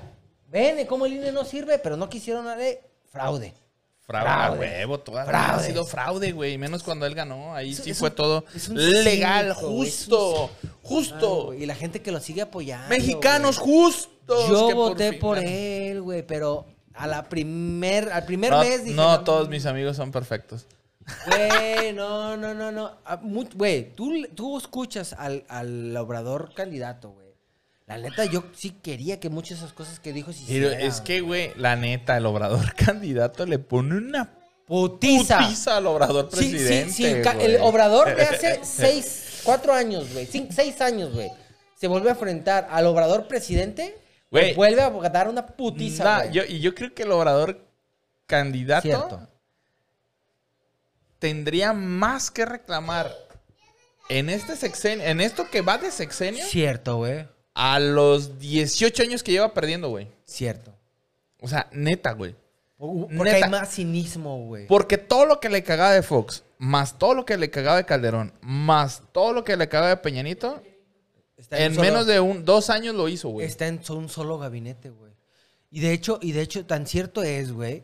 ven, cómo el INE no sirve, pero no quisieron la ley, fraude.
Fraude, a
Fraude.
huevo, toda la
Fraude.
vida ha sido fraude, güey. Menos cuando él ganó, ahí
Es-
sí
es
fue
un-
todo
es un
legal,
cínico, güey, es un
justo,
Ay,
justo.
güey, y la gente que lo sigue apoyando.
Mexicanos
güey.
justos.
Yo
que por
voté
fin
por,
ganó.
él, güey, pero a la primer, al primer
No,
mes dije...
no, todos
mames".
mis amigos son perfectos.
Güey, no, no, no, no. Ah, mu- Güey, tú, tú escuchas al, al obrador candidato, güey. La neta, yo sí quería que muchas de esas cosas que dijo se
Pero
hicieran.
es que, güey, la neta, el obrador *laughs* candidato le pone una
Putiza.
putiza al obrador
Ah. Sí, sí,
presidente.
sí, ca-
güey.
el obrador
*laughs*
de hace seis, cuatro años, güey. cin- Seis años, güey. Se vuelve a enfrentar al obrador presidente.
Güey.
le Vuelve a dar una putiza.
Nah,
güey.
Mm, yo, y yo creo que el obrador candidato
Cierto.
tendría más que reclamar en este sexenio, en esto que va de sexenio,
Cierto, güey.
a los 18 años que lleva perdiendo, güey.
Cierto.
O sea, neta, güey.
Porque
Neta.
hay más cinismo, güey.
Porque todo lo que le cagaba de Fox, más todo lo que le cagaba de Calderón, más todo lo que le cagaba de Peñanito,
Está
En
un solo-
menos de un, dos años lo hizo, güey.
Está en so- un solo gabinete, güey. Y de hecho, y de hecho, tan cierto es, güey,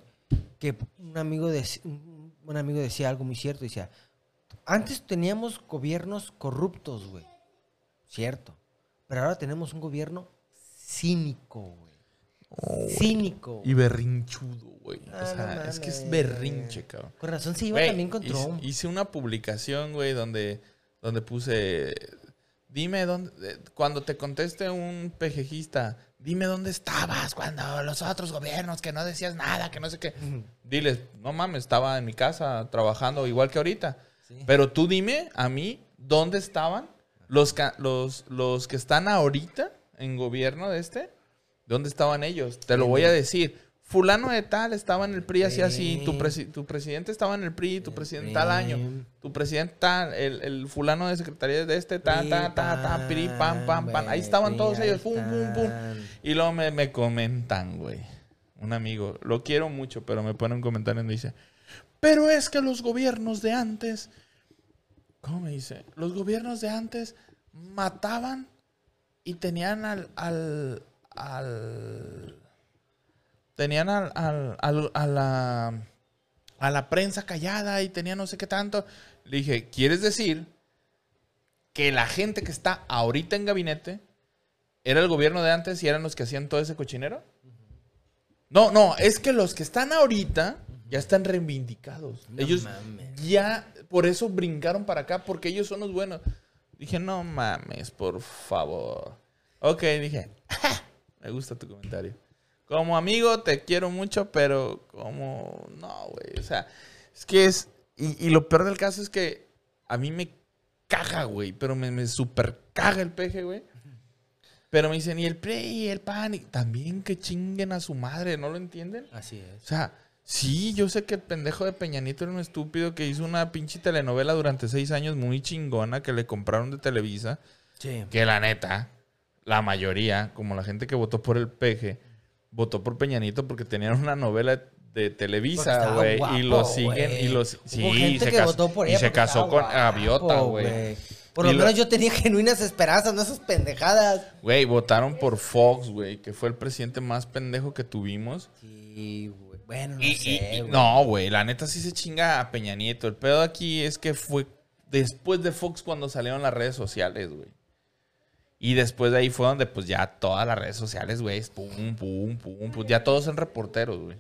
que un amigo, de, un un amigo decía algo muy cierto. Decía, antes teníamos gobiernos corruptos, güey. Cierto. Pero ahora tenemos un gobierno cínico, güey. cínico.
Y berrinchudo, güey.
Ah,
o sea,
no
es que es
mames.
berrinche, cabrón.
Con razón se iba
Güey,
también con
hice-
Trump.
Hice, una publicación, güey, donde, donde puse. Dime dónde. eh, Cuando te conteste un pejejista, dime dónde estabas cuando los otros gobiernos que no decías nada, que no sé qué. Diles, no mames, estaba en mi casa trabajando igual que ahorita.
Sí.
Pero tú dime a mí dónde estaban los, ca- los, los que están ahorita en gobierno de este. ¿Dónde estaban ellos? Te lo voy a decir. Fulano de tal estaba en el PRI así, así. Tu, presi- tu presidente estaba en el PRI, tu presidente tal año. Tu presidente tal, el, el fulano de secretaría de este, ta, ta, ta, ta, piri, pam, pam, pam. Ahí estaban todos ellos, pum, pum, pum. Y luego me, me comentan, güey. Un amigo, lo quiero mucho, pero me pone un comentario y me dice, pero es que los gobiernos de antes, ¿cómo me dice? Los gobiernos de antes mataban y tenían al, al, al tenían al, al- al- a la a la prensa callada y tenían no sé qué tanto. Le dije, ¿quieres decir que la gente que está ahorita en gabinete era el gobierno de antes y eran los que hacían todo ese cochinero? No, no, es que los que están ahorita ya están reivindicados. ellos
mames.
ya por eso brincaron para acá porque ellos son los buenos. Dije, no mames, por favor. Ok, dije, me gusta tu comentario. Como amigo, te quiero mucho, pero como. No, güey. O sea, es que es. Y, y lo peor del caso es que a mí me caga, güey. Pero me, me super caga el peje, güey. Pero me dicen, y el PRI, y el PAN, y también que chinguen a su madre, ¿no lo entienden?
Así
O
es.
sea, sí, yo sé que el pendejo de Peñanito era un estúpido que hizo una pinche telenovela durante seis años muy chingona que le compraron de Televisa
Sí.
que la neta, la mayoría, como la gente que votó por el PG, votó por Peñanito porque tenían una novela de Televisa,
Porque
güey,
estaba
y
guapo,
lo siguen
güey.
y los
Hubo
sí, y
gente
se
que
casó,
votó por
y
ella
se
porque
casó
estaba
con
guapo,
Gaviota, güey.
Por lo
Y lo-
menos yo tenía *laughs* genuinas esperanzas, no esas pendejadas.
Güey, votaron por Fox, güey, que fue el presidente más pendejo que tuvimos.
Sí, güey. Bueno, no
Y-
sé,
y- y-
güey.
no, güey, la neta sí se chinga a Peña Nieto. El pedo aquí es que fue después de Fox cuando salieron las redes sociales, güey. Y después de ahí fue donde pues ya todas las redes sociales, güey, es pum, pum, pum, pues ya todos son reporteros, güey.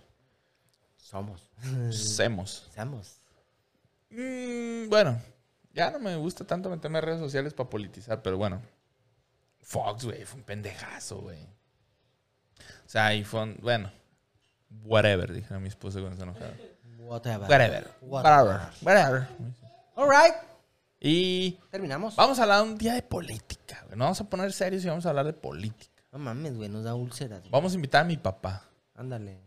*laughs* Somos.
Semos.
Somos.
Mm, bueno, ya no me gusta tanto meterme a redes sociales para politizar, pero bueno. Fox, güey, fue un pendejazo, güey. O sea, ahí fue, un- bueno, whatever, dijeron mi esposa cuando se enojaba.
Whatever.
Whatever. Whatever. Whatever.
All right.
Y
Terminamos.
vamos a hablar un día de política. güey. No vamos a poner serios y vamos a hablar de política.
No mames, güey, nos da úlceras. güey.
Vamos a invitar a mi papá.
Ándale.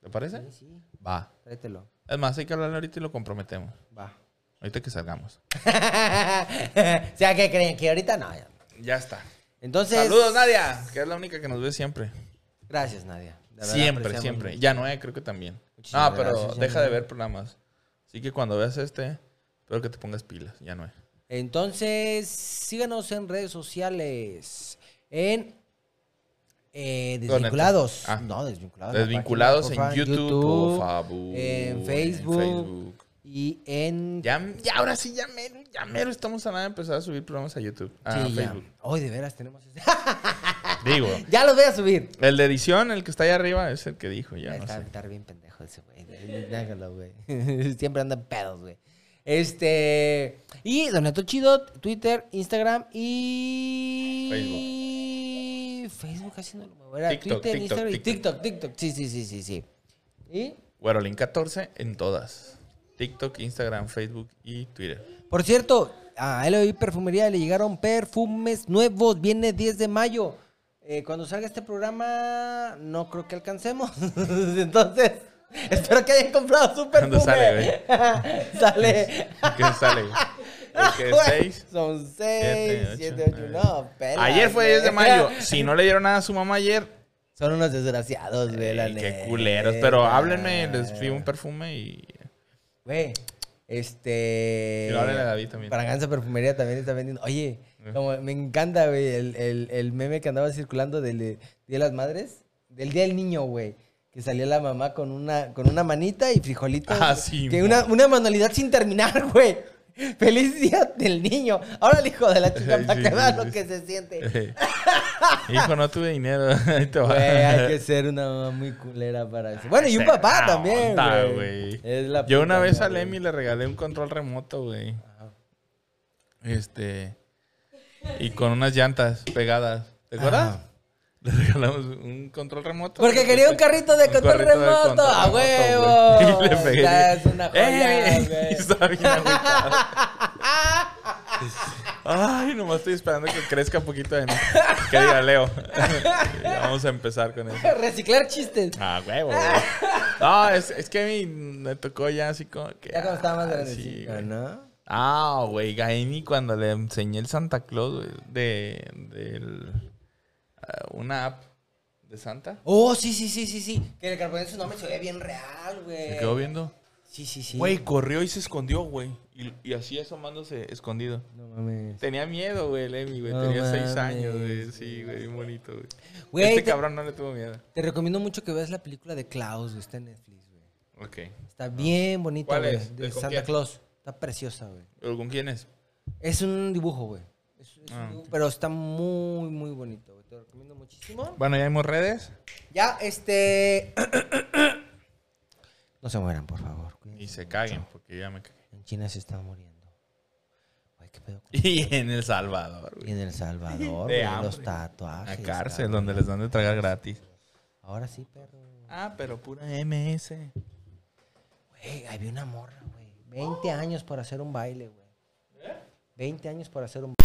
¿Te parece?
Sí, sí,
Va.
tráetelo.
Es más, hay que hablarle ahorita y lo comprometemos.
Va.
Ahorita que salgamos.
*laughs* o sea, ¿qué creen? Que ahorita no. ya.
Ya está.
Entonces.
Saludos, Nadia, que es la única que nos ve siempre.
Gracias, Nadia. De verdad,
Siempre,
apreciamos
siempre.
mucho.
Ya no, eh, creo que también.
Muchísimas
no, pero
gracias,
deja de
Yanoe.
ver programas. Así que cuando veas este, espero que te pongas pilas, ya no eh.
Entonces, síganos en redes sociales. En. eh,
Neta.
desvinculados.
Ah.
No, desvinculados. la
Desvinculados
página,
en
por favor,
YouTube, por favor.
En
en
Facebook.
Facebook.
Y en.
Ya, ya ahora sí, ya mero, ya mero estamos a nada de empezar a subir programas a YouTube. A
Sí, ya.
Facebook.
Hoy de veras tenemos. ese- *laughs*
Digo,
ya los voy a subir.
el de edición, el que está ahí arriba, es el que dijo, ya no
está,
sé.
está bien pendejo ese güey. Déjalo, güey. *laughs* Siempre anda en pedos, güey. Este. Y Don Neto Chido, Twitter, Instagram y. Facebook. Facebook casi no lo muevo. Era
TikTok,
Twitter,
TikTok,
Instagram y
TikTok.
TikTok, TikTok. Sí, sí, sí, sí, sí. Y.
Guarolín 14 en todas. TikTok, Instagram, Facebook y Twitter.
Por cierto, a LOI Perfumería le llegaron perfumes nuevos. Viene 10 de mayo. Eh, cuando salga este programa, no creo que alcancemos. *laughs* Entonces, espero que hayan comprado su perfume.
¿Cuándo sale,
*laughs* sale.
¿Y ¿Qué sale? Porque
*laughs* Güey,
seis.
Son
siete,
6,
ocho,
7, 8,
nueve.
no, pela,
Ayer fue
güey.
10 de mayo. Si no le dieron nada a su mamá ayer,
*laughs* Son unos desgraciados, güey, la
ey, qué
neta.
culeros. Pero háblenme, les pido un perfume y.
Güey, Este.
Y ahora la David también. Eh.
Braganza Perfumería también está vendiendo. Oye, como me encanta, güey, el, el- el meme que andaba circulando del de- Día de las Madres, del Día del Niño, güey. Que salía la mamá con una, con una manita y frijolitos.
Ah,
güey.
sí,
Que
mo.
una, una manualidad sin terminar, *laughs* güey. Feliz Día del Niño. Ahora el hijo de la
*laughs*
chica
Sí,
para que
sí,
vea
sí,
lo
sí.
que
*laughs*
se siente.
Ey. *laughs* Hijo, no tuve dinero. *laughs* Ahí te va.
Güey, hay que ser una mamá muy culera para eso. Bueno, y un papá
Ah,
también,
onda,
güey.
güey.
Es la
Yo una
puta
vez a
madre.
Lemmy le regalé un control remoto, güey. Este. Y con unas llantas pegadas. ¿Te acuerdas? Le regalamos un control remoto. Este,
Porque quería un carrito de
Un
control
carrito de
remoto.
control
¡A
remoto,
huevo!
güey. *laughs* Y le pegué.
Ya es una joya,
¡Ey!
güey.
Y *laughs* estaba bien agüitado. *laughs* Ay, nomás estoy esperando que crezca un poquito de mí. Que diga Leo. *laughs* Ya Vamos a empezar con eso.
*laughs* Reciclar chistes.
Ah, huevo, güey. No, es, es que a mí me tocó ya así como que.
Ya cuando estaba más
ah, sí,
grandecito,
güey.
¿no?
Ah, güey, Gaini cuando le enseñé el Santa Claus, güey, de, del, ah, una app de Santa.
Oh, sí, sí, sí, sí, sí. Que el carbonero su nombre se ve bien real, güey.
Me quedó viendo.
Sí, Eh, sí, sí.
Güey, corrió y se escondió, güey. Y, y así asomándose, escondido.
No mames.
Tenía miedo, güey, el Emi, güey.
No
Tenía seis
mames,
años, güey. Sí, güey, bien bonito, güey.
Güey,
Este
te-
cabrón no le tuvo miedo.
Te recomiendo mucho que veas la película de Klaus, güey. Está en Netflix, güey.
Ok.
Está bien bonita,
¿Cuál
güey.
es?
De
¿Con
Santa
quién?
Claus. Está preciosa, güey.
¿Pero con quién es?
Es un dibujo, güey. Es- es un
Ah,
dibujo, Pero está muy, muy bonito, güey. Te lo recomiendo muchísimo.
Bueno, ya hemos redes.
*laughs* Ya, este. *clears throat* No se mueran, por favor. cuídense
Y se
mucho.
caguen, porque ya me cagué.
En China se están muriendo. Güey, qué pedo. con-
Y en El Salvador,
Y
güey.
en El
*laughs*
Salvador,
De
güey,
hambre.
los tatuajes.
La cárcel,
cabrón.
donde les dan de tragar gratis.
Ahora sí, perro.
Ah, pero pura MS.
Güey, ahí vi una morra, güey. 20 años por hacer un baile, güey. ¿Eh? 20 años por hacer un baile.